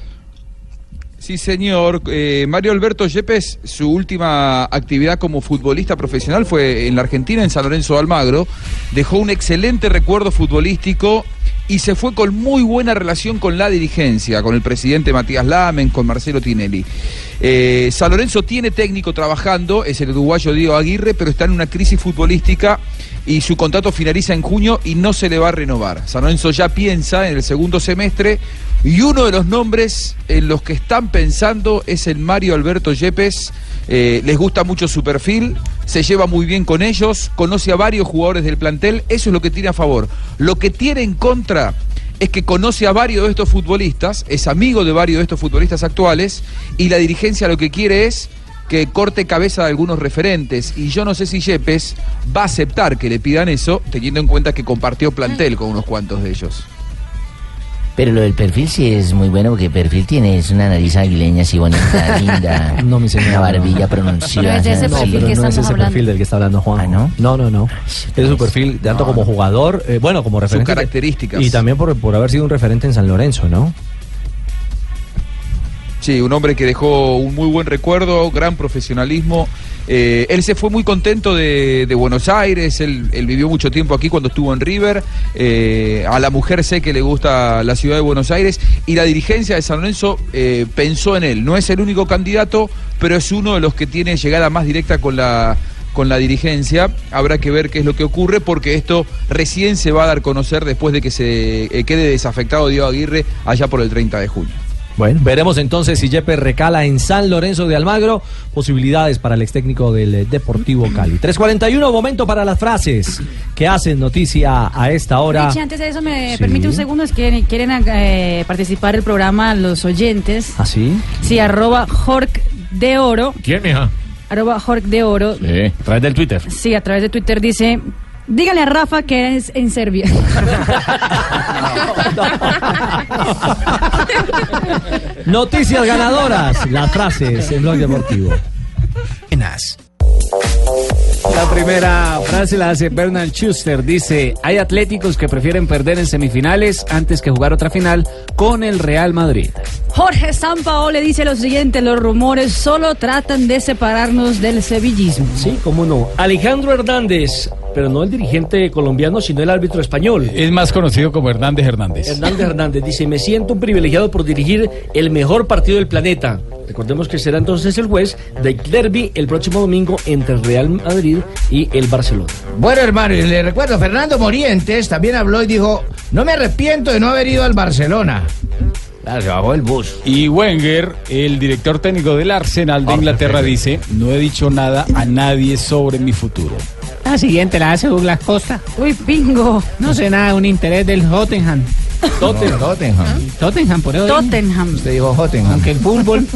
S14: Sí, señor. Eh, Mario Alberto Yepes, su última actividad como futbolista profesional fue en la Argentina, en San Lorenzo de Almagro. Dejó un excelente recuerdo futbolístico y se fue con muy buena relación con la dirigencia, con el presidente Matías Lamen, con Marcelo Tinelli. Eh, San Lorenzo tiene técnico trabajando, es el uruguayo Diego Aguirre, pero está en una crisis futbolística y su contrato finaliza en junio y no se le va a renovar. San Lorenzo ya piensa en el segundo semestre y uno de los nombres en los que están pensando es el Mario Alberto Yepes. Eh, les gusta mucho su perfil, se lleva muy bien con ellos, conoce a varios jugadores del plantel, eso es lo que tiene a favor. Lo que tiene en contra es que conoce a varios de estos futbolistas, es amigo de varios de estos futbolistas actuales y la dirigencia lo que quiere es que corte cabeza de algunos referentes y yo no sé si Yepes va a aceptar que le pidan eso, teniendo en cuenta que compartió plantel con unos cuantos de ellos.
S13: Pero lo del perfil sí es muy bueno porque perfil tiene es una nariz aguileña así bonita, linda. No, mi señora. Una barbilla pronunciada.
S3: No, pero no es ese perfil del que está hablando Juanjo. Ah, pues. no? No, no, Es su perfil tanto como jugador, eh, bueno, como referente. que-
S14: características.
S3: Y también por, por haber sido un referente en San Lorenzo, ¿no?
S14: Sí, un hombre que dejó un muy buen recuerdo, gran profesionalismo. Eh, él se fue muy contento de, de Buenos Aires, él, él vivió mucho tiempo aquí cuando estuvo en River. Eh, a la mujer sé que le gusta la ciudad de Buenos Aires y la dirigencia de San Lorenzo eh, pensó en él. No es el único candidato, pero es uno de los que tiene llegada más directa con la, con la dirigencia. Habrá que ver qué es lo que ocurre porque esto recién se va a dar a conocer después de que se eh, quede desafectado Diego Aguirre allá por el 30 de junio.
S3: Bueno, veremos entonces si Yepes recala en San Lorenzo de Almagro. Posibilidades para el ex técnico del eh, Deportivo Cali. 341, momento para las frases que hacen noticia a esta hora.
S6: Richie, antes de eso, ¿me permite un segundo? Es que quieren eh, participar el programa los oyentes.
S3: ¿Así?
S6: Sí, arroba Jork de Oro.
S20: ¿Quién, mija?
S6: Arroba Jork de Oro.
S20: Sí, a través del Twitter.
S6: Sí, a través de Twitter dice... Dígale a Rafa que es en Serbia.
S3: Noticias ganadoras, las frases en Blog Deportivo.
S4: La primera frase la hace Bernard Schuster. Dice, hay atléticos que prefieren perder en semifinales antes que jugar otra final con el Real Madrid.
S6: Jorge Sampaoli dice lo siguiente, los rumores solo tratan de separarnos del sevillismo.
S7: Sí, cómo no. Alejandro Hernández, pero no el dirigente colombiano, sino el árbitro español.
S5: Es más conocido como Hernández Hernández.
S7: Hernández Hernández dice, me siento un privilegiado por dirigir el mejor partido del planeta. Recordemos que será entonces el juez del derby el próximo domingo entre el Real Madrid y el Barcelona.
S8: Bueno, hermano, y le recuerdo, Fernando Morientes también habló y dijo, no me arrepiento de no haber ido al Barcelona. Claro, Ah, se bajó el bus. Ah,
S5: Y Wenger, el director técnico del Arsenal de Inglaterra, dice, no he dicho nada a nadie sobre mi futuro.
S1: La siguiente la hace Douglas Costa.
S6: Uy, pingo.
S1: No sé nada, un interés del Tottenham. ¿Ah?
S8: Tottenham. Tottenham.
S1: Tottenham, por eso. digo.
S6: Tottenham.
S8: Usted dijo Tottenham.
S1: Aunque el fútbol,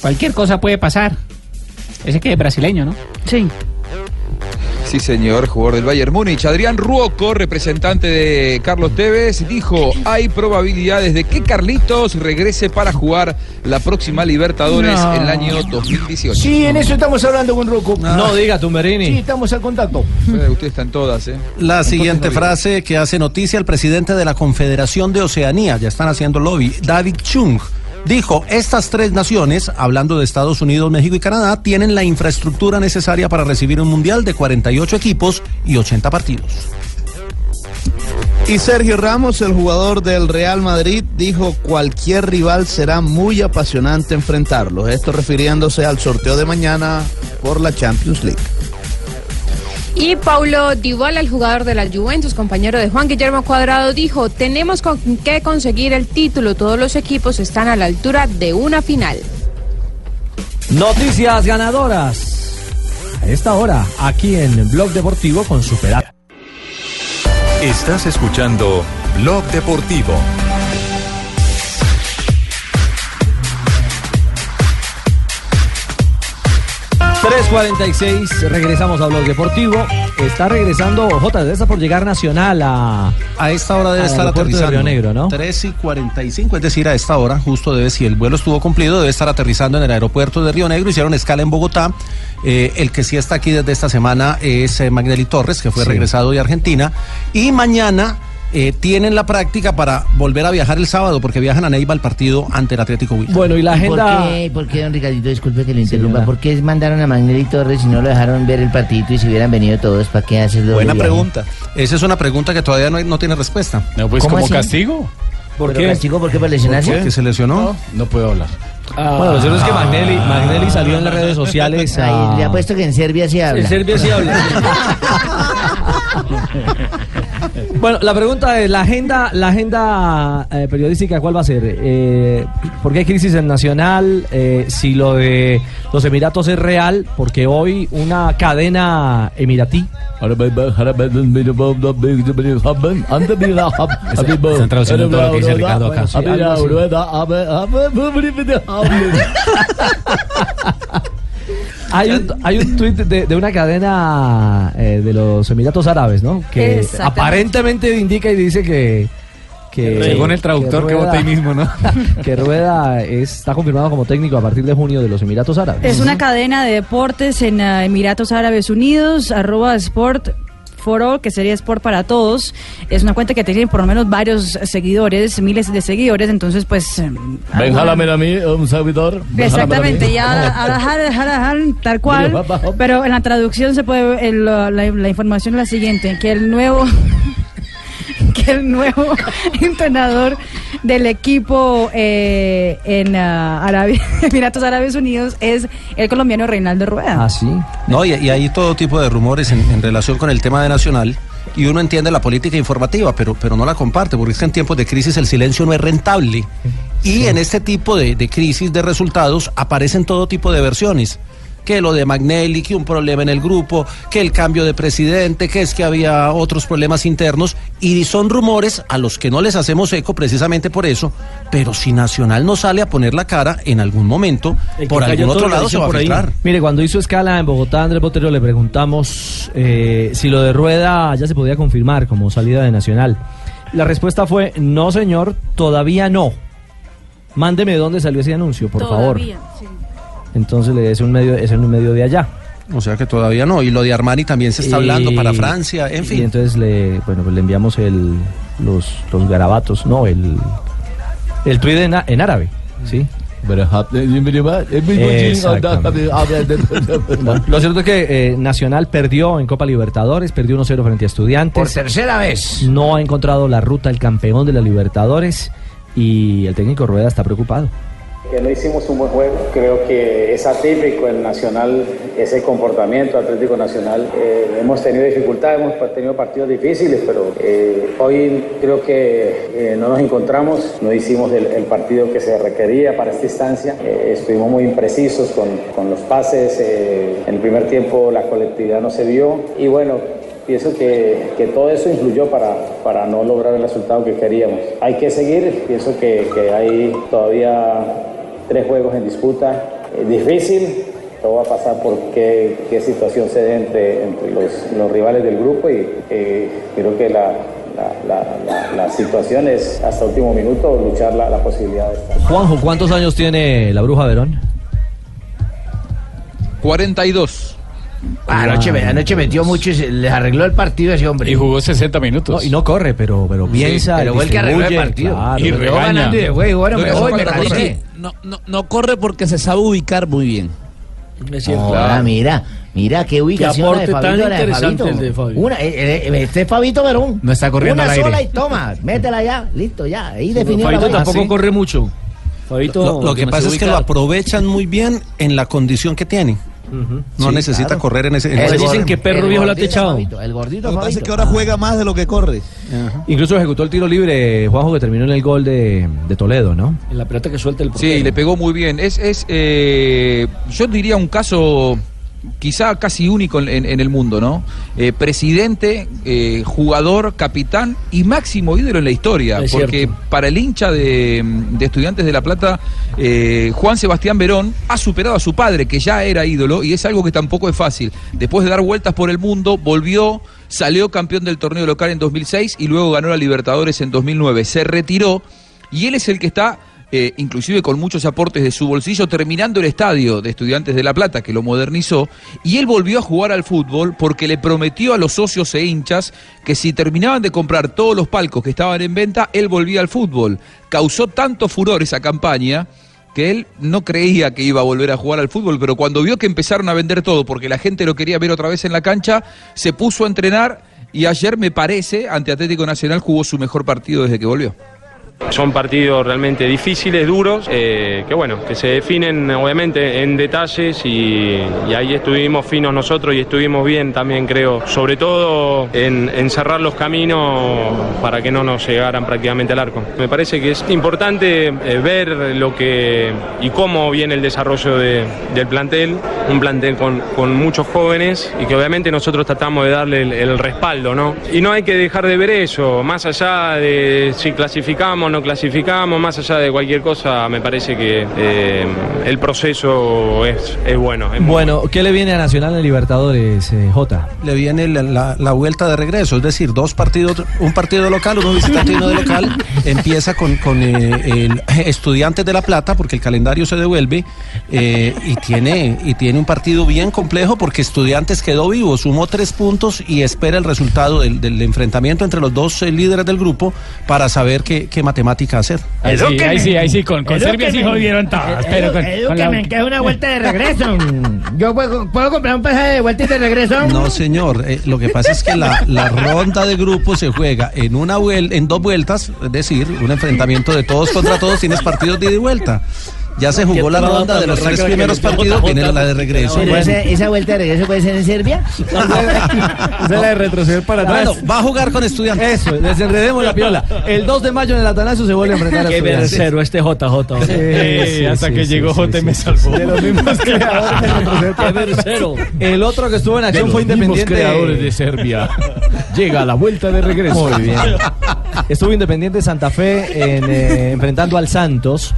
S1: cualquier cosa puede pasar. Ese que es brasileño, ¿no?
S6: Sí.
S14: Sí, señor, jugador del Bayern Múnich. Adrián Ruoco, representante de Carlos Tevez, dijo: hay probabilidades de que Carlitos regrese para jugar la próxima Libertadores
S10: No.
S14: en el año 2018.
S10: Sí, en eso estamos hablando con Rocco.
S4: Ah.
S14: No diga,
S10: Tumberini. Sí, estamos al contacto.
S14: Eh, Usted está en todas, ¿eh?
S16: La
S14: Entonces,
S16: siguiente
S14: no diga.
S16: frase que hace noticia el presidente de la Confederación de Oceanía, ya están haciendo lobby, David Chung. Dijo, estas tres naciones, hablando de Estados Unidos, México y Canadá, tienen la infraestructura necesaria para recibir un mundial de 48 equipos y 80 partidos. Y Sergio Ramos, el jugador del Real Madrid, dijo cualquier rival será muy apasionante enfrentarlos. Esto refiriéndose al sorteo de mañana por la Champions League.
S24: Y Paulo Dybala, el jugador de la Juventus, compañero de Juan Guillermo Cuadrado, dijo, tenemos con que conseguir el título, todos los equipos están a la altura de una final.
S3: Noticias ganadoras. A esta hora, aquí en Blog Deportivo con Superar.
S19: Estás escuchando Blog Deportivo.
S3: Tres cuarenta y seis, regresamos a Blog Deportivo. Está regresando J, debe estar por llegar Nacional a.
S16: A esta hora debe
S3: al
S16: estar
S3: Ah, aeropuerto de
S16: aterrizando.
S3: Río Negro, ¿no?
S16: 3 y 45, es decir, a esta hora, justo debe, si el vuelo estuvo cumplido, debe estar aterrizando en el aeropuerto de Río Negro. Hicieron escala en Bogotá. Eh, el que sí está aquí desde esta semana es eh, Magnelli Torres, que fue
S3: Sí.
S16: regresado de Argentina. Y mañana eh, tienen la práctica para volver a viajar el sábado, porque viajan a Neiva al partido ante el Atlético Huila.
S3: Bueno, y la
S16: agenda-
S13: ¿Por qué, por qué, don Ricardito, disculpe que lo interrumpa? ¿Por qué mandaron a Magnelli Torres y no lo dejaron ver el partidito y si hubieran venido todos, ¿para qué hacer doble
S16: Buena
S13: viaje?
S16: pregunta. Esa es una pregunta que todavía no, hay- no tiene respuesta.
S5: No, pues
S13: ¿Cómo
S5: como
S13: así?
S5: castigo.
S13: ¿Por ¿Pero qué? castigo por qué? ¿Por lesionarse?
S16: Porque se lesionó.
S5: No puedo hablar.
S3: Bueno, lo cierto es que Magnelli, Magnelli salió en las redes sociales a.
S13: Ay, le apuesto que en Serbia sí habla.
S3: En Serbia sí habla. Bueno, la pregunta es, la agenda, la agenda eh, periodística, ¿cuál va a ser? Eh, ¿Por qué hay crisis en Nacional? Eh, si lo de los Emiratos es real, porque hoy una cadena emiratí...
S10: Están
S20: traduciendo todo lo que dice Ricardo acá.
S3: Hay un, hay un tuit de, de una cadena eh, de los Emiratos Árabes, ¿no? Que
S5: Exactamente.
S3: aparentemente indica y dice que... que
S20: Según el traductor que
S3: Rueda-
S20: vota ahí mismo, ¿no?
S3: que Rueda es- está confirmado como técnico a partir de junio de los Emiratos Árabes.
S6: Es una cadena de deportes en ah, Emiratos Árabes Unidos, arroba sport for all, que sería sport para todos. Es una cuenta que tiene por lo menos varios seguidores, miles de seguidores, entonces pues... eh,
S15: Ven,
S6: alguna-
S15: jálame a mí, un servidor. Ven, jálame a mí.
S6: Exactamente, y ahora, ahora jala, jala, jala, tal cual, pero en la traducción se puede ver, el, la, la información es la siguiente, que el nuevo que el nuevo entrenador del equipo eh, en ah, Arabia, Emiratos Árabes Unidos es el colombiano Reinaldo
S3: Ah,
S6: Rueda.
S16: No, y, y hay todo tipo de rumores en, en relación con el tema de Nacional. Y uno entiende la política informativa, pero, pero no la comparte, porque es que en tiempos de crisis el silencio no es rentable. Y en este tipo de, de crisis de resultados aparecen todo tipo de versiones. Que lo de Magnelli, que un problema en el grupo, que el cambio de presidente, que es que había otros problemas internos. Y son rumores a los que no les hacemos eco precisamente por eso. Pero si Nacional no sale a poner la cara en algún momento,
S3: El que
S16: por
S3: cayó
S16: algún
S3: todo
S16: otro
S3: lo
S16: lado se
S3: hizo
S16: va a
S3: por ahí.
S16: filtrar.
S3: Mire, cuando hizo escala en Bogotá, Andrés Botero le preguntamos eh, si lo de Rueda ya se podía confirmar como salida de Nacional. La respuesta fue, no señor, todavía no. Mándeme dónde salió ese anuncio, por favor. Entonces le es un medio, es en un medio de allá.
S16: O sea que todavía no. Y lo de Armani también se está hablando
S3: Y-
S16: para Francia, en
S3: Y
S16: fin.
S3: entonces le, bueno, pues le enviamos el, los, los garabatos, no, el, el tweet en, a- en árabe, ¿sí? Exactamente. Bueno, Lo cierto es que eh, Nacional perdió en Copa Libertadores, perdió 1-0 frente a Estudiantes.
S12: Por tercera vez.
S3: No ha encontrado la ruta el campeón de la Libertadores y el técnico Rueda está preocupado.
S7: Que no hicimos un buen juego. Creo que es atípico el Nacional, ese comportamiento Atlético Nacional. Eh, hemos tenido dificultades, hemos pa- tenido partidos difíciles, pero eh, hoy creo que eh, no nos encontramos, no hicimos el, el partido que se requería para esta instancia. Eh, estuvimos muy imprecisos con, con los pases. eh, en el primer tiempo la colectividad no se dio. Y bueno, Pienso que, que todo eso influyó para, para no lograr el resultado que queríamos. Hay que seguir, pienso que, que hay todavía tres juegos en disputa. Es difícil, todo va a pasar por qué, qué situación se dé entre, entre los, los rivales del grupo y eh, creo que la, la- la- la- la situación es hasta último minuto luchar la, la posibilidad de estar.
S3: Juanjo, ¿cuántos años tiene la bruja Verón?
S14: 42.
S13: Ah,
S12: Anoche, me- anoche metió mucho y se- les arregló el partido a ese hombre.
S8: Y jugó 60 minutos.
S3: y no corre, pero, pero piensa.
S12: pero fue el que arregló el partido.
S8: Y
S12: Pero
S8: regaña.
S12: ganando y de güey, bueno, me
S8: Pero
S12: voy,
S8: eso
S12: me
S8: fue
S12: cansé.
S8: correr.
S29: No, no, no corre porque se sabe ubicar muy bien.
S13: Ahora, mira, mira qué ubicación la de
S12: aporte tan
S13: Fabito, la de
S12: interesante
S13: Fabito.
S12: el de Fabio.
S13: Una, eh, eh, este es Fabito Verón.
S30: No está corriendo
S13: Una
S30: al aire.
S13: sola y toma, métela ya, listo, ya. Ahí definió la
S31: Fabito
S29: Ah,
S13: vaina.
S31: tampoco corre mucho. Fabito,
S16: Lo, lo que pasa es que lo aprovechan muy bien en la condición que tiene. No
S29: Sí,
S16: necesita
S29: claro.
S16: correr en ese. en
S29: Pues
S16: ese-
S29: dicen que Perro El Viejo lo ha gordito techado. Fabito,
S13: El gordito
S29: Lo que pasa es que
S3: Ah,
S29: ahora juega más de lo que corre.
S13: ¿Ah,
S3: Incluso ejecutó el tiro libre, Juanjo, que terminó en el gol de, de Toledo, ¿no?
S31: En la pelota que suelta el
S14: Sí, le pegó muy bien. Es, es eh, yo diría un caso quizá casi único en, en- en el mundo, ¿no? Eh, presidente, eh, jugador, capitán y máximo ídolo en la historia.
S31: Es
S14: porque
S31: cierto.
S14: para el hincha de, de Estudiantes de La Plata, eh, Juan Sebastián Verón ha superado a su padre, que ya era ídolo, y es algo que tampoco es fácil. Después de dar vueltas por el mundo, volvió, salió campeón del torneo local en 2006 y luego ganó la Libertadores en 2009. Se retiró y él es el que está, eh, inclusive con muchos aportes de su bolsillo, terminando el estadio de Estudiantes de La Plata, que lo modernizó, y él volvió a jugar al fútbol porque le prometió a los socios e hinchas que si terminaban de comprar todos los palcos que estaban en venta, él volvía al fútbol. Causó tanto furor esa campaña que él no creía que iba a volver a jugar al fútbol, pero cuando vio que empezaron a vender todo porque la gente lo quería ver otra vez en la cancha, se puso a entrenar y ayer me parece, ante Atlético Nacional, jugó su mejor partido desde que volvió.
S22: Son partidos realmente difíciles, duros, eh, que bueno, que se definen obviamente en detalles y, y ahí estuvimos finos nosotros y estuvimos bien también creo, sobre todo en, en cerrar los caminos para que no nos llegaran prácticamente al arco. Me parece que es importante eh, ver lo que y cómo viene el desarrollo de- del plantel, un plantel con, con muchos jóvenes y que obviamente nosotros tratamos de darle el, el respaldo, ¿no? Y no hay que dejar de ver eso, más allá de si clasificamos o no clasificamos, más allá de cualquier cosa, me parece que eh, el proceso es, es bueno. es muy
S3: Bueno, ¿qué le viene a Nacional en Libertadores, eh, Jota?
S16: Le viene la, la- la vuelta de regreso, es decir, dos partidos, un partido local, uno visitante y uno de local. Empieza con, con, eh, el Estudiantes de La Plata, porque el calendario se devuelve, eh, y, tiene, y tiene un partido bien complejo porque Estudiantes quedó vivo, sumó tres puntos y espera el resultado del, del enfrentamiento entre los dos eh, líderes del grupo para saber qué, qué matemática hacer.
S8: Ahí sí, ahí sí, ahí sí, con, con Serbia sí jodieron todas. Pero con, con la-
S12: Edúquenme, que es una vuelta de regreso. Yo puedo, puedo comprar un pasaje de vuelta y de regreso.
S16: No, señor. eh, lo que pasa es que la, la ronda de grupos se juega en una vuel- en dos vueltas, es decir, un enfrentamiento de todos contra todos, tienes partidos de ida y vuelta. Ya se jugó la ronda de los tres primeros partidos, viene la de regreso.
S13: Pero
S16: Bueno.
S13: esa, esa vuelta de regreso puede ser en Serbia.
S3: de retroceder para
S16: atrás. va a jugar con estudiantes.
S3: Eso, desenredemos la piola. El 2 de mayo en el Atanasio se vuelve a enfrentar a
S31: Qué
S3: Estudiantes.
S31: versero este JJ.
S3: Sí, sí,
S31: hasta
S3: sí,
S31: que
S3: sí,
S31: llegó
S3: sí,
S31: J
S3: sí,
S31: me
S3: sí,
S31: salvó.
S3: sí, de los mismos creadores de retroceder para atrás. El otro que estuvo en acción
S31: los
S3: fue
S31: mismos
S3: Independiente.
S31: creadores de
S3: Serbia. Llega a la vuelta de regreso. Muy bien. Estuvo Independiente Santa Fe en, eh, enfrentando al Santos.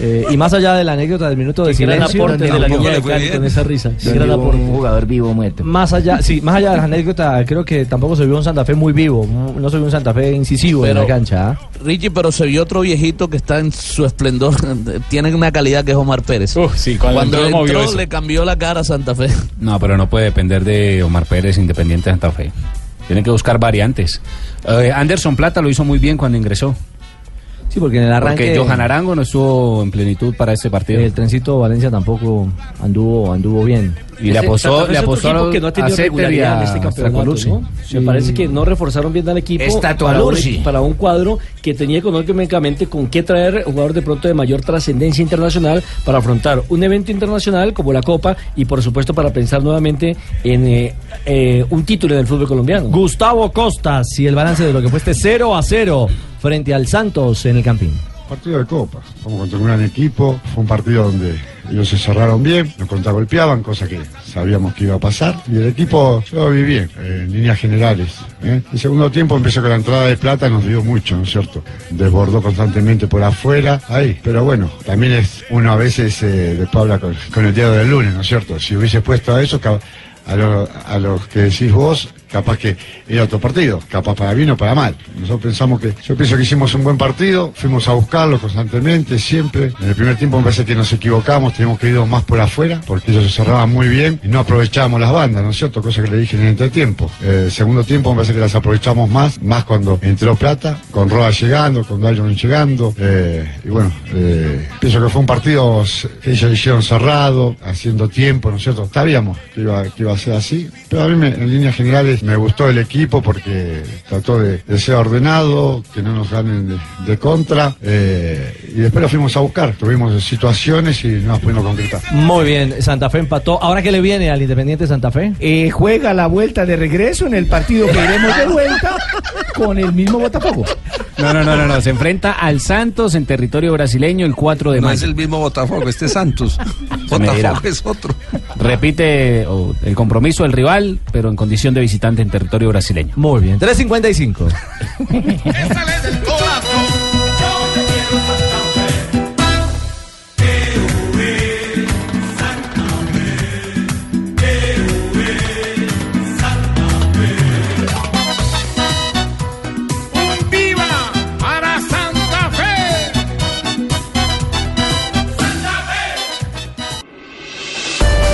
S3: Eh, y más allá de la anécdota del minuto de
S13: Qué gran
S3: silencio,
S13: aporte de la
S3: tampoco
S13: Liga
S3: le
S13: de
S3: fue
S13: Cali
S3: bien.
S13: con esa risa. Qué
S3: Donde
S13: gran
S3: hubo
S13: aporte.
S3: un
S24: jugador vivo muerto.
S3: Más allá, sí, más allá de la anécdota, creo que tampoco se vio un Santa Fe muy vivo, no se vio un Santa Fe incisivo en
S7: Pero-
S3: la cancha. ¿ah?
S7: Richie, pero se vio otro viejito que está en su esplendor. Tiene una calidad que es Omar Pérez.
S5: cuando
S7: Cuando
S5: entró, movió
S7: entró,
S5: eso.
S7: le cambió la cara a Santa Fe.
S4: No, pero no puede depender de Omar Pérez, Independiente de Santa Fe. Tienen que buscar variantes. Eh, Anderson Plata lo hizo muy bien cuando ingresó.
S3: Sí, porque en el arranque-
S4: Porque Johan Arango no estuvo en plenitud para este partido.
S3: El trencito Valencia tampoco anduvo anduvo bien.
S4: Y le apostó, le apostó a, los-
S13: que no ha tenido
S4: a Ceter y
S13: regularidad en
S4: a
S13: este campeonato.
S4: Stracoluzzi.
S13: ¿no? Me parece que no reforzaron bien al equipo
S4: Está
S13: para un,
S4: Tualursi.
S13: para un cuadro que tenía económicamente con qué traer jugadores de pronto de mayor trascendencia internacional para afrontar un evento internacional como la Copa y por supuesto para pensar nuevamente en eh, eh, un título en el fútbol colombiano.
S3: Gustavo Costas y el balance de lo que fue este 0 a 0 frente al Santos en el Campín.
S12: Partido de Copa, como contra un gran equipo, fue un partido donde ellos se cerraron bien, nos contragolpeaban, cosa que sabíamos que iba a pasar, y el equipo yo lo vi bien, eh, en líneas generales. ¿eh? El segundo tiempo empezó con la entrada de plata, nos dio mucho, ¿no es cierto? Desbordó constantemente por afuera, ahí, pero bueno, también es uno a veces eh, después habla con, con el dedo del lunes, ¿no es cierto? Si hubiese puesto a eso, ca- a, lo- a los que decís vos, capaz que era otro partido, capaz para bien o para mal. Nosotros pensamos que, yo pienso que hicimos un buen partido, fuimos a buscarlo constantemente, siempre. En el primer tiempo me parece que nos equivocamos, teníamos que irnos más por afuera, porque ellos se cerraban muy bien y no aprovechábamos las bandas, ¿no es cierto? Cosa que le dije en el entretiempo. Eh, segundo tiempo me parece que las aprovechamos más, más cuando entró Plata, con Roda llegando, con Dallon llegando. eh, y bueno, eh, pienso que fue un partido que ellos hicieron cerrado, haciendo tiempo, ¿no es cierto? Sabíamos que iba, que iba a ser así, pero a mí me- en líneas generales me gustó el equipo porque trató de, de ser ordenado, que no nos ganen de, de contra, eh, y después lo fuimos a buscar, tuvimos situaciones y no las pudimos concretar.
S3: Muy bien, Santa Fe empató. ¿Ahora qué le viene al Independiente Santa Fe?
S32: Eh, juega la vuelta de regreso en el partido que iremos de vuelta con el mismo Botafogo.
S4: No, no, no, no, no, se enfrenta al Santos en territorio brasileño el 4 de
S14: No
S4: mayo.
S14: es el mismo Botafogo, este es Santos.
S4: Se me dirá.
S14: Botafogo es otro.
S4: Repite oh, el compromiso del rival, pero en condición de visitante en territorio brasileño.
S3: Muy bien, 355.
S10: Un viva para Santa Fe.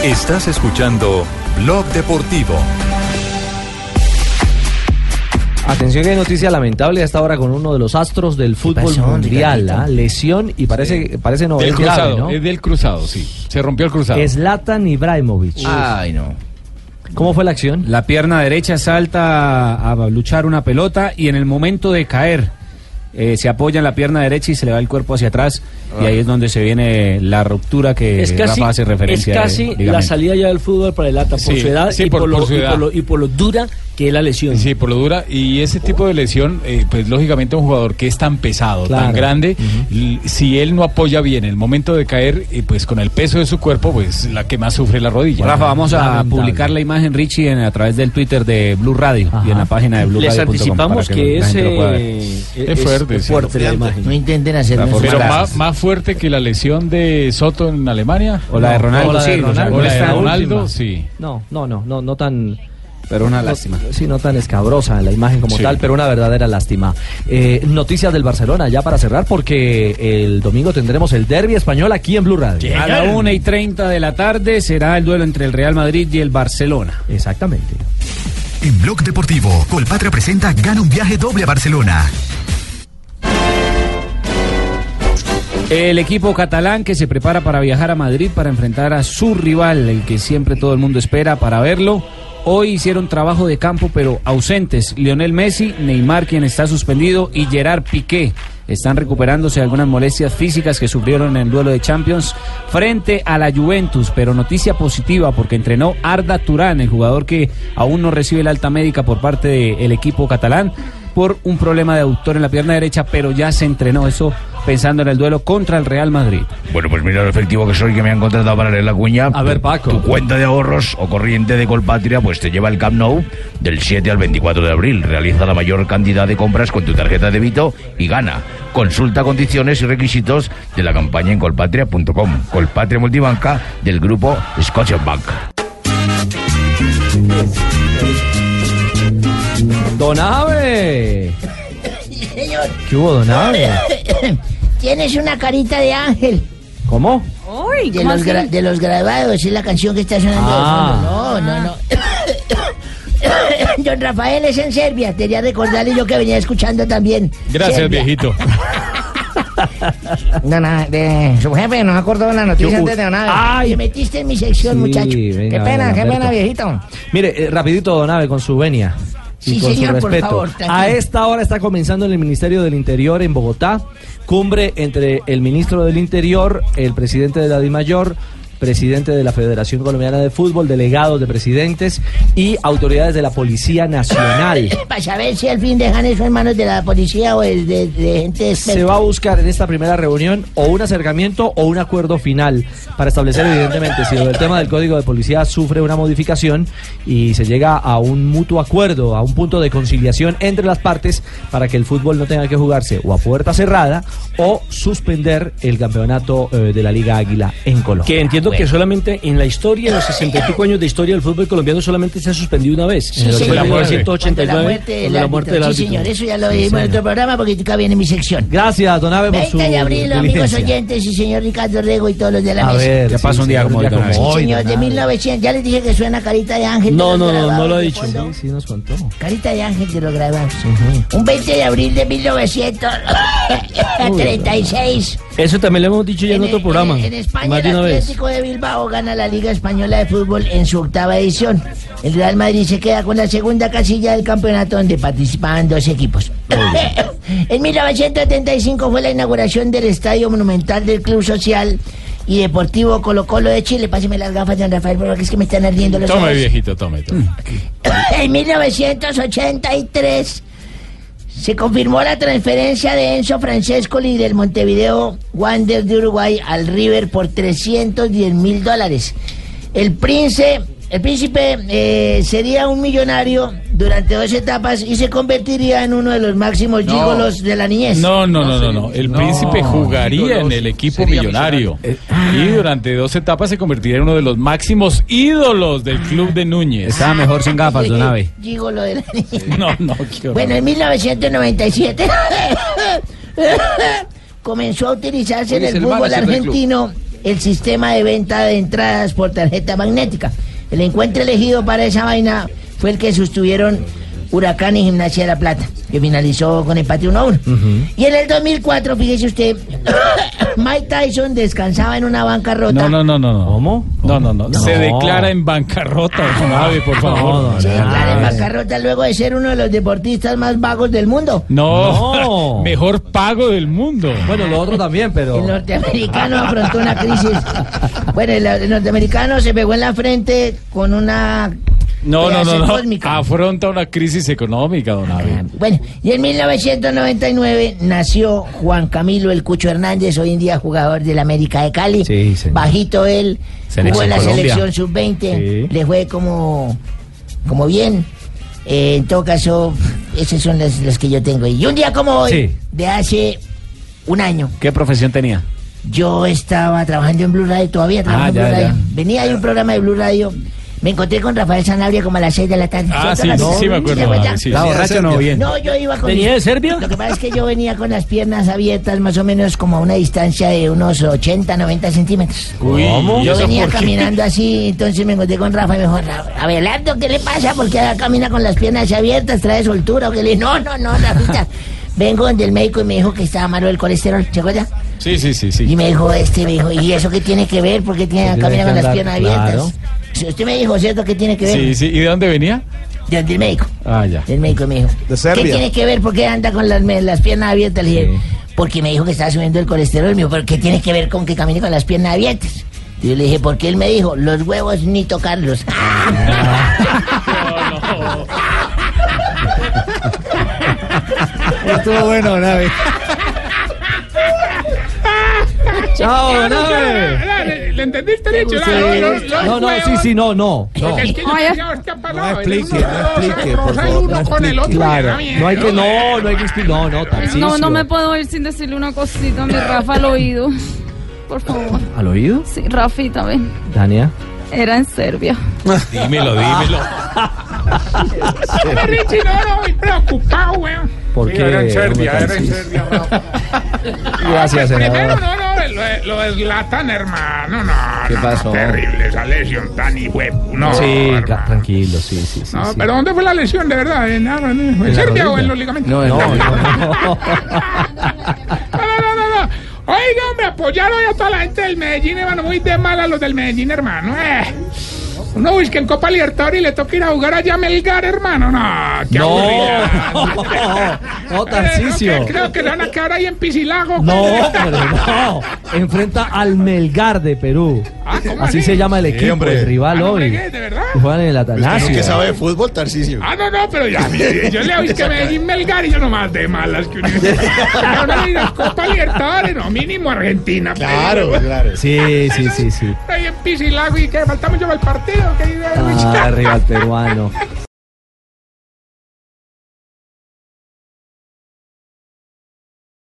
S19: Estás escuchando Blog Deportivo.
S3: Atención que hay noticia lamentable hasta ahora con uno de los astros del fútbol
S5: pasó,
S3: mundial.
S5: Ricardito?
S3: ¿ah? Lesión y parece, parece no,
S5: del
S3: es grave,
S5: cruzado,
S3: ¿no?
S5: es del cruzado, sí. Se rompió el cruzado.
S3: Zlatan Ibrahimovic.
S4: Ay, no.
S3: ¿Cómo fue la acción?
S4: La pierna derecha salta a a luchar una pelota y en el momento de caer eh, se apoya en la pierna derecha y se le va el cuerpo hacia atrás y ahí es donde se viene la ruptura
S5: Eh,
S4: que
S13: es casi,
S4: Rafa hace referencia.
S13: es
S4: de
S13: casi la
S4: ligamento.
S13: salida ya del fútbol para el ATA por
S5: Sí,
S13: su edad
S5: sí,
S13: y por,
S5: por-
S13: lo,
S5: por su
S13: y
S5: edad.
S13: por lo- y por lo dura que es la lesión.
S5: Sí, por lo dura. Y ese tipo de lesión, eh, pues lógicamente un jugador que es tan pesado,
S13: Claro.
S5: tan grande, l- si él no apoya bien el momento de caer, y pues con el peso de su cuerpo, pues la que más sufre es la rodilla.
S4: Rafa, vamos a publicar la imagen Richie en- a través del Twitter de Blue Radio y en la página de Blue
S13: Les anticipamos que es, eh,
S5: es fuerte, sí.
S13: fuerte la imagen.
S24: No intenten hacerme
S5: Pero
S24: asustar.
S5: más, más fuerte que la lesión de Soto en Alemania.
S4: O la de Ronaldo,
S5: o la de
S4: sí, o sea,
S5: Ronaldo,
S4: no
S5: la de
S4: está
S5: Ronaldo,
S4: última.
S5: sí.
S3: No, no, no, no, no tan.
S4: Pero una
S3: no-
S4: lástima.
S3: sí, no tan escabrosa la imagen como
S4: Sí.
S3: tal, pero una verdadera lástima. Eh, noticias del Barcelona, ya para cerrar, porque el domingo tendremos el derby español aquí en Blue Radio.
S4: A la 1 y 30 de la tarde será el duelo entre el Real Madrid y el Barcelona.
S3: Exactamente.
S33: En Blog Deportivo, Colpatria presenta Gana un viaje doble a Barcelona.
S4: El equipo catalán que se prepara para viajar a Madrid para enfrentar a su rival, el que siempre todo el mundo espera para verlo. Hoy hicieron trabajo de campo, pero ausentes. Lionel Messi, Neymar, quien está suspendido, y Gerard Piqué. Están recuperándose de algunas molestias físicas que sufrieron en el duelo de Champions frente a la Juventus. Pero noticia positiva porque entrenó Arda Turán, el jugador que aún no recibe el alta médica por parte del equipo catalán por un problema de aductor en la pierna derecha, pero ya se entrenó. Eso
S25: pensando en el duelo contra el Real Madrid.
S1: Bueno, pues mira lo efectivo que soy que me han contratado para leer la cuña.
S25: A ver, Paco.
S1: Tu cuenta de ahorros o corriente de Colpatria pues te lleva al Camp Nou del 7 al 24 de abril. Realiza la mayor cantidad de compras con tu tarjeta de débito y gana. Consulta condiciones y requisitos de la campaña en colpatria.com. Colpatria Multibanca del grupo Scotiabank.
S3: Donave.
S24: Señor,
S3: ¿Qué hubo, Donave?
S24: tienes una carita de ángel.
S3: ¿Cómo?
S24: Uy, de, ¿cómo los así? gra- de los graduados, es la canción que está sonando. de
S3: Ah.
S24: fondo. No, no, no. Don Rafael es en Serbia, quería recordarle yo que venía escuchando también.
S5: Gracias,
S24: Serbia.
S5: viejito.
S24: No, no, de su jefe, no me acordó de la noticia
S3: Yo-
S24: antes de nada.
S3: ¡Ay!
S24: Te metiste en mi sección,
S3: Sí,
S24: muchacho.
S3: venga,
S24: qué pena,
S3: venga,
S24: qué pena,
S3: Alberto.
S24: viejito.
S3: Mire, eh, rapidito, Donave, con su venia. Y
S24: Sí,
S3: con
S24: señor,
S3: su
S24: por
S3: respeto.
S24: favor, tranquilo.
S3: a esta hora está comenzando en el Ministerio del Interior en Bogotá, cumbre entre el ministro del Interior, el presidente de la DIMAYOR, presidente de la Federación Colombiana de Fútbol, delegados de presidentes y autoridades de la Policía Nacional.
S24: Para saber si al fin dejan eso en manos de la policía o el de, de gente
S3: Se
S24: experta.
S3: va a buscar en esta primera reunión o un acercamiento o un acuerdo final para establecer evidentemente si el tema del código de policía sufre una modificación y se llega a un mutuo acuerdo, a un punto de conciliación entre las partes para que el fútbol no tenga que jugarse o a puerta cerrada o suspender el campeonato eh, de la Liga Águila en Colombia.
S7: Que entiendo que solamente en la historia, en los 65 años de historia del fútbol colombiano, solamente se ha suspendido una vez.
S24: Sí,
S7: en el
S24: señor.
S7: de
S24: Cuando
S7: 1989,
S24: la muerte del
S7: cuando la muerte del
S24: árbitro.
S7: árbitro.
S24: Sí, señor, eso ya lo
S7: Sí,
S24: vimos en
S7: señor.
S24: otro programa porque acá viene mi sección.
S3: Gracias, don Abe, por su
S24: 20 de abril, amigos
S3: diligencia.
S24: oyentes y señor Ricardo Rego y todos los de la
S3: A
S24: mesa.
S3: ver,
S25: Ya
S3: sí,
S25: pasó un día
S3: señor,
S25: como el de
S24: Sí,
S25: hoy,
S24: señor, de
S25: Donave.
S24: 1900. Ya les dije que suena carita de ángel.
S7: No,
S24: de los
S7: no, no, no
S24: grabados
S7: lo ha
S24: de
S7: dicho.
S24: fondo.
S3: Sí, nos contó.
S24: Carita de ángel de los grabados. Un 20 de abril de 1936.
S7: Eso también lo hemos dicho ya en,
S24: En-
S7: otro programa.
S24: En, en España,
S7: más de
S24: el
S7: una vez.
S24: Atlético de Bilbao gana la Liga Española de Fútbol en su octava edición. El Real Madrid se queda con la segunda casilla del campeonato donde participaban dos equipos. en 1975 fue la inauguración del Estadio Monumental del Club Social y Deportivo Colo Colo de Chile. Páseme las gafas, don Rafael, porque es que me están ardiendo los
S5: Tome,
S24: ojos.
S5: viejito, tome, tome.
S24: En 1983 se confirmó la transferencia de Enzo Francescoli del Montevideo Wander de Uruguay al River por 310 mil dólares. El príncipe, el príncipe eh, sería un millonario durante dos etapas y se convertiría en uno de los máximos
S5: No.
S24: gigolos de la niñez.
S5: No, no, no, no, no. El príncipe jugaría en el equipo millonario. Y durante dos etapas se convertiría en uno de los máximos ídolos del club de Núñez.
S24: Ah,
S25: Estaba mejor sin gafas, don Abe.
S24: Gigolo de la niñez.
S5: No, no, qué horror.
S24: Bueno, en 1997 comenzó a utilizarse
S5: Hoy
S24: en
S5: es
S24: el,
S5: el
S24: fútbol
S5: manager del club.
S24: argentino el sistema de venta de entradas por tarjeta magnética. El encuentro elegido para esa vaina fue el que sostuvieron Huracán y Gimnasia de la Plata, que finalizó con empate 1 a 1. Y en el 2004, fíjese usted, Mike Tyson descansaba en una banca rota.
S5: No, no, no, no, no. ¿Cómo? No, no, no. Se declara en bancarrota, don Abe, por favor.
S24: Se declara en bancarrota luego de ser uno de los deportistas más vagos del mundo.
S5: No, mejor pago del mundo.
S3: Bueno, lo otro también, pero...
S24: El norteamericano afrontó una crisis. Bueno, el, el norteamericano se pegó en la frente con una.
S5: No, no,
S24: creación
S5: no, no.
S24: cósmica. Ah,
S5: Afronta una crisis económica, don Abe.
S24: Bueno, y en 1999 nació Juan Camilo El Cucho Hernández, hoy en día jugador del América de Cali.
S3: Sí, señor.
S24: Bajito él, jugó en
S3: Selección
S24: la
S3: Colombia.
S24: selección sub-20,
S3: Sí.
S24: le fue como, como bien. Eh, en todo caso, esas son las, las que yo tengo. Y un día como hoy,
S25: Sí.
S24: de hace un año,
S25: ¿Qué profesión tenía?
S24: Yo estaba trabajando en Blue Radio, todavía trabajo
S25: Ah,
S24: en
S25: ya,
S24: Blue Radio.
S25: ya.
S24: Venía de un programa de Blue Radio. Me encontré con Rafael Sanabria como a las 6 de la tarde.
S5: Ah,
S24: ¿Cierto?
S5: sí,
S24: Las-
S5: sí, sí,
S24: ¿Se
S5: me acuerdo.
S24: acuerda?
S5: Abe, sí.
S24: No, yo iba con.
S7: ¿Venía de Serbia?
S24: Lo que pasa es que yo venía con las piernas abiertas, más o menos como a una distancia de unos 80, 90 centímetros.
S5: Uy, ¿y
S24: Yo
S5: eso
S24: venía
S5: por qué?
S24: caminando así, entonces me encontré con Rafa y me dijo, "Ra- Abelardo, ¿qué le pasa? ¿Por qué camina con las piernas abiertas? ¿Trae soltura? ¿O qué le dije, No, no, no, Rafita. Vengo donde el médico y me dijo que estaba malo el colesterol. ¿Se acuerda?
S5: Sí, sí, sí, sí.
S24: Y me dijo este, me dijo, ¿y eso qué tiene que ver? Porque tiene
S5: Tiene
S24: camina
S5: que
S24: con las
S5: Pues
S24: piernas
S5: andar,
S24: abiertas.
S5: claro.
S24: Si usted me dijo, ¿cierto? ¿Qué tiene que ver?
S5: Sí, sí. ¿Y de dónde venía?
S24: De- del médico.
S5: Ah, ya.
S24: El médico me dijo.
S5: De
S24: ¿Qué tiene que ver? ¿Por qué anda con las, me- las piernas abiertas? Le dije, porque me dijo que estaba subiendo el colesterol. Me dijo, ¿pero qué tiene que ver con que camine con las piernas abiertas? Y yo le dije, porque él me dijo, los huevos ni tocarlos.
S10: Estuvo bueno, Nave.
S3: No,
S34: Ah,
S3: no,
S34: ya,
S3: eh.
S34: ya, ya, ¿Le entendiste, Nicho?
S3: Sí. No, no, sí, sí, no, no. no.
S34: Porque es que yo
S3: Oye.
S34: decía, hostia, palabra,
S3: No explique,
S34: el
S3: no
S34: uno, dos,
S3: explique,
S34: se
S3: por
S34: cruza el
S3: favor,
S34: uno
S3: no
S34: con el otro,
S3: Claro,
S34: y ya,
S3: no hay que,
S34: mierda.
S3: no, no hay que explicar, no, no, Tarcisio.
S6: No, no me puedo ir sin decirle una cosita a mi Rafa al oído. Por favor.
S3: ¿Al oído?
S6: Sí, Rafita, ven.
S3: Dania.
S6: Era en Serbia.
S35: Dímelo, dímelo.
S34: No, Richie, no, no, voy preocupado, weón.
S3: ¿Por
S34: Sí,
S3: qué,
S34: Era en
S3: hombre,
S34: Serbia, era en
S3: Tarcisio?
S34: Serbia.
S3: Gracias,
S34: Primero,
S3: senador.
S34: no, no, lo, lo es Latan, hermano, no.
S3: ¿Qué pasó?
S34: Terrible esa lesión tan hijuep. No,
S3: sí, ca- tranquilo, sí, sí, sí.
S34: No,
S3: sí.
S34: Ah, pero ¿dónde fue la lesión, de verdad? ¿En, en,
S3: ¿En la
S34: Serbia o
S3: rodilla?
S34: en los ligamentos?
S3: No, no, no.
S34: Oiga, hombre, apoyar hoy a toda la gente del Medellín, hermano. Muy de mala los del Medellín, hermano. Eh. Uno busca en Copa Libertadores y le toca ir a jugar allá a Melgar, hermano. No, qué
S3: No.
S34: aburrida.
S3: No,
S34: Eh,
S3: Tarcisio.
S34: creo, que, creo que le van a quedar ahí en Pisilago.
S3: No, pero no. Enfrenta al Melgar de Perú.
S34: Ah,
S3: así, se llama el
S7: Sí,
S3: equipo,
S7: hombre.
S3: el rival
S7: Ah, no
S3: hoy.
S34: fregué, ¿de verdad?
S3: Que Juegan en el Atanasio.
S7: ¿Usted que sabe de fútbol, Tarcisio?
S34: Ah, no, no, pero ya, mire, yo le que Medellín Melgar y yo nomás de malas que uno. No, no, ir a Copa Libertadores, no, mínimo Argentina.
S7: Claro,
S34: pero-
S7: claro.
S3: Sí, sí, sí, sí.
S5: Ah,
S34: Ahí en Pisilago y que faltamos yo al partido. Que...
S3: Ah, rival peruano.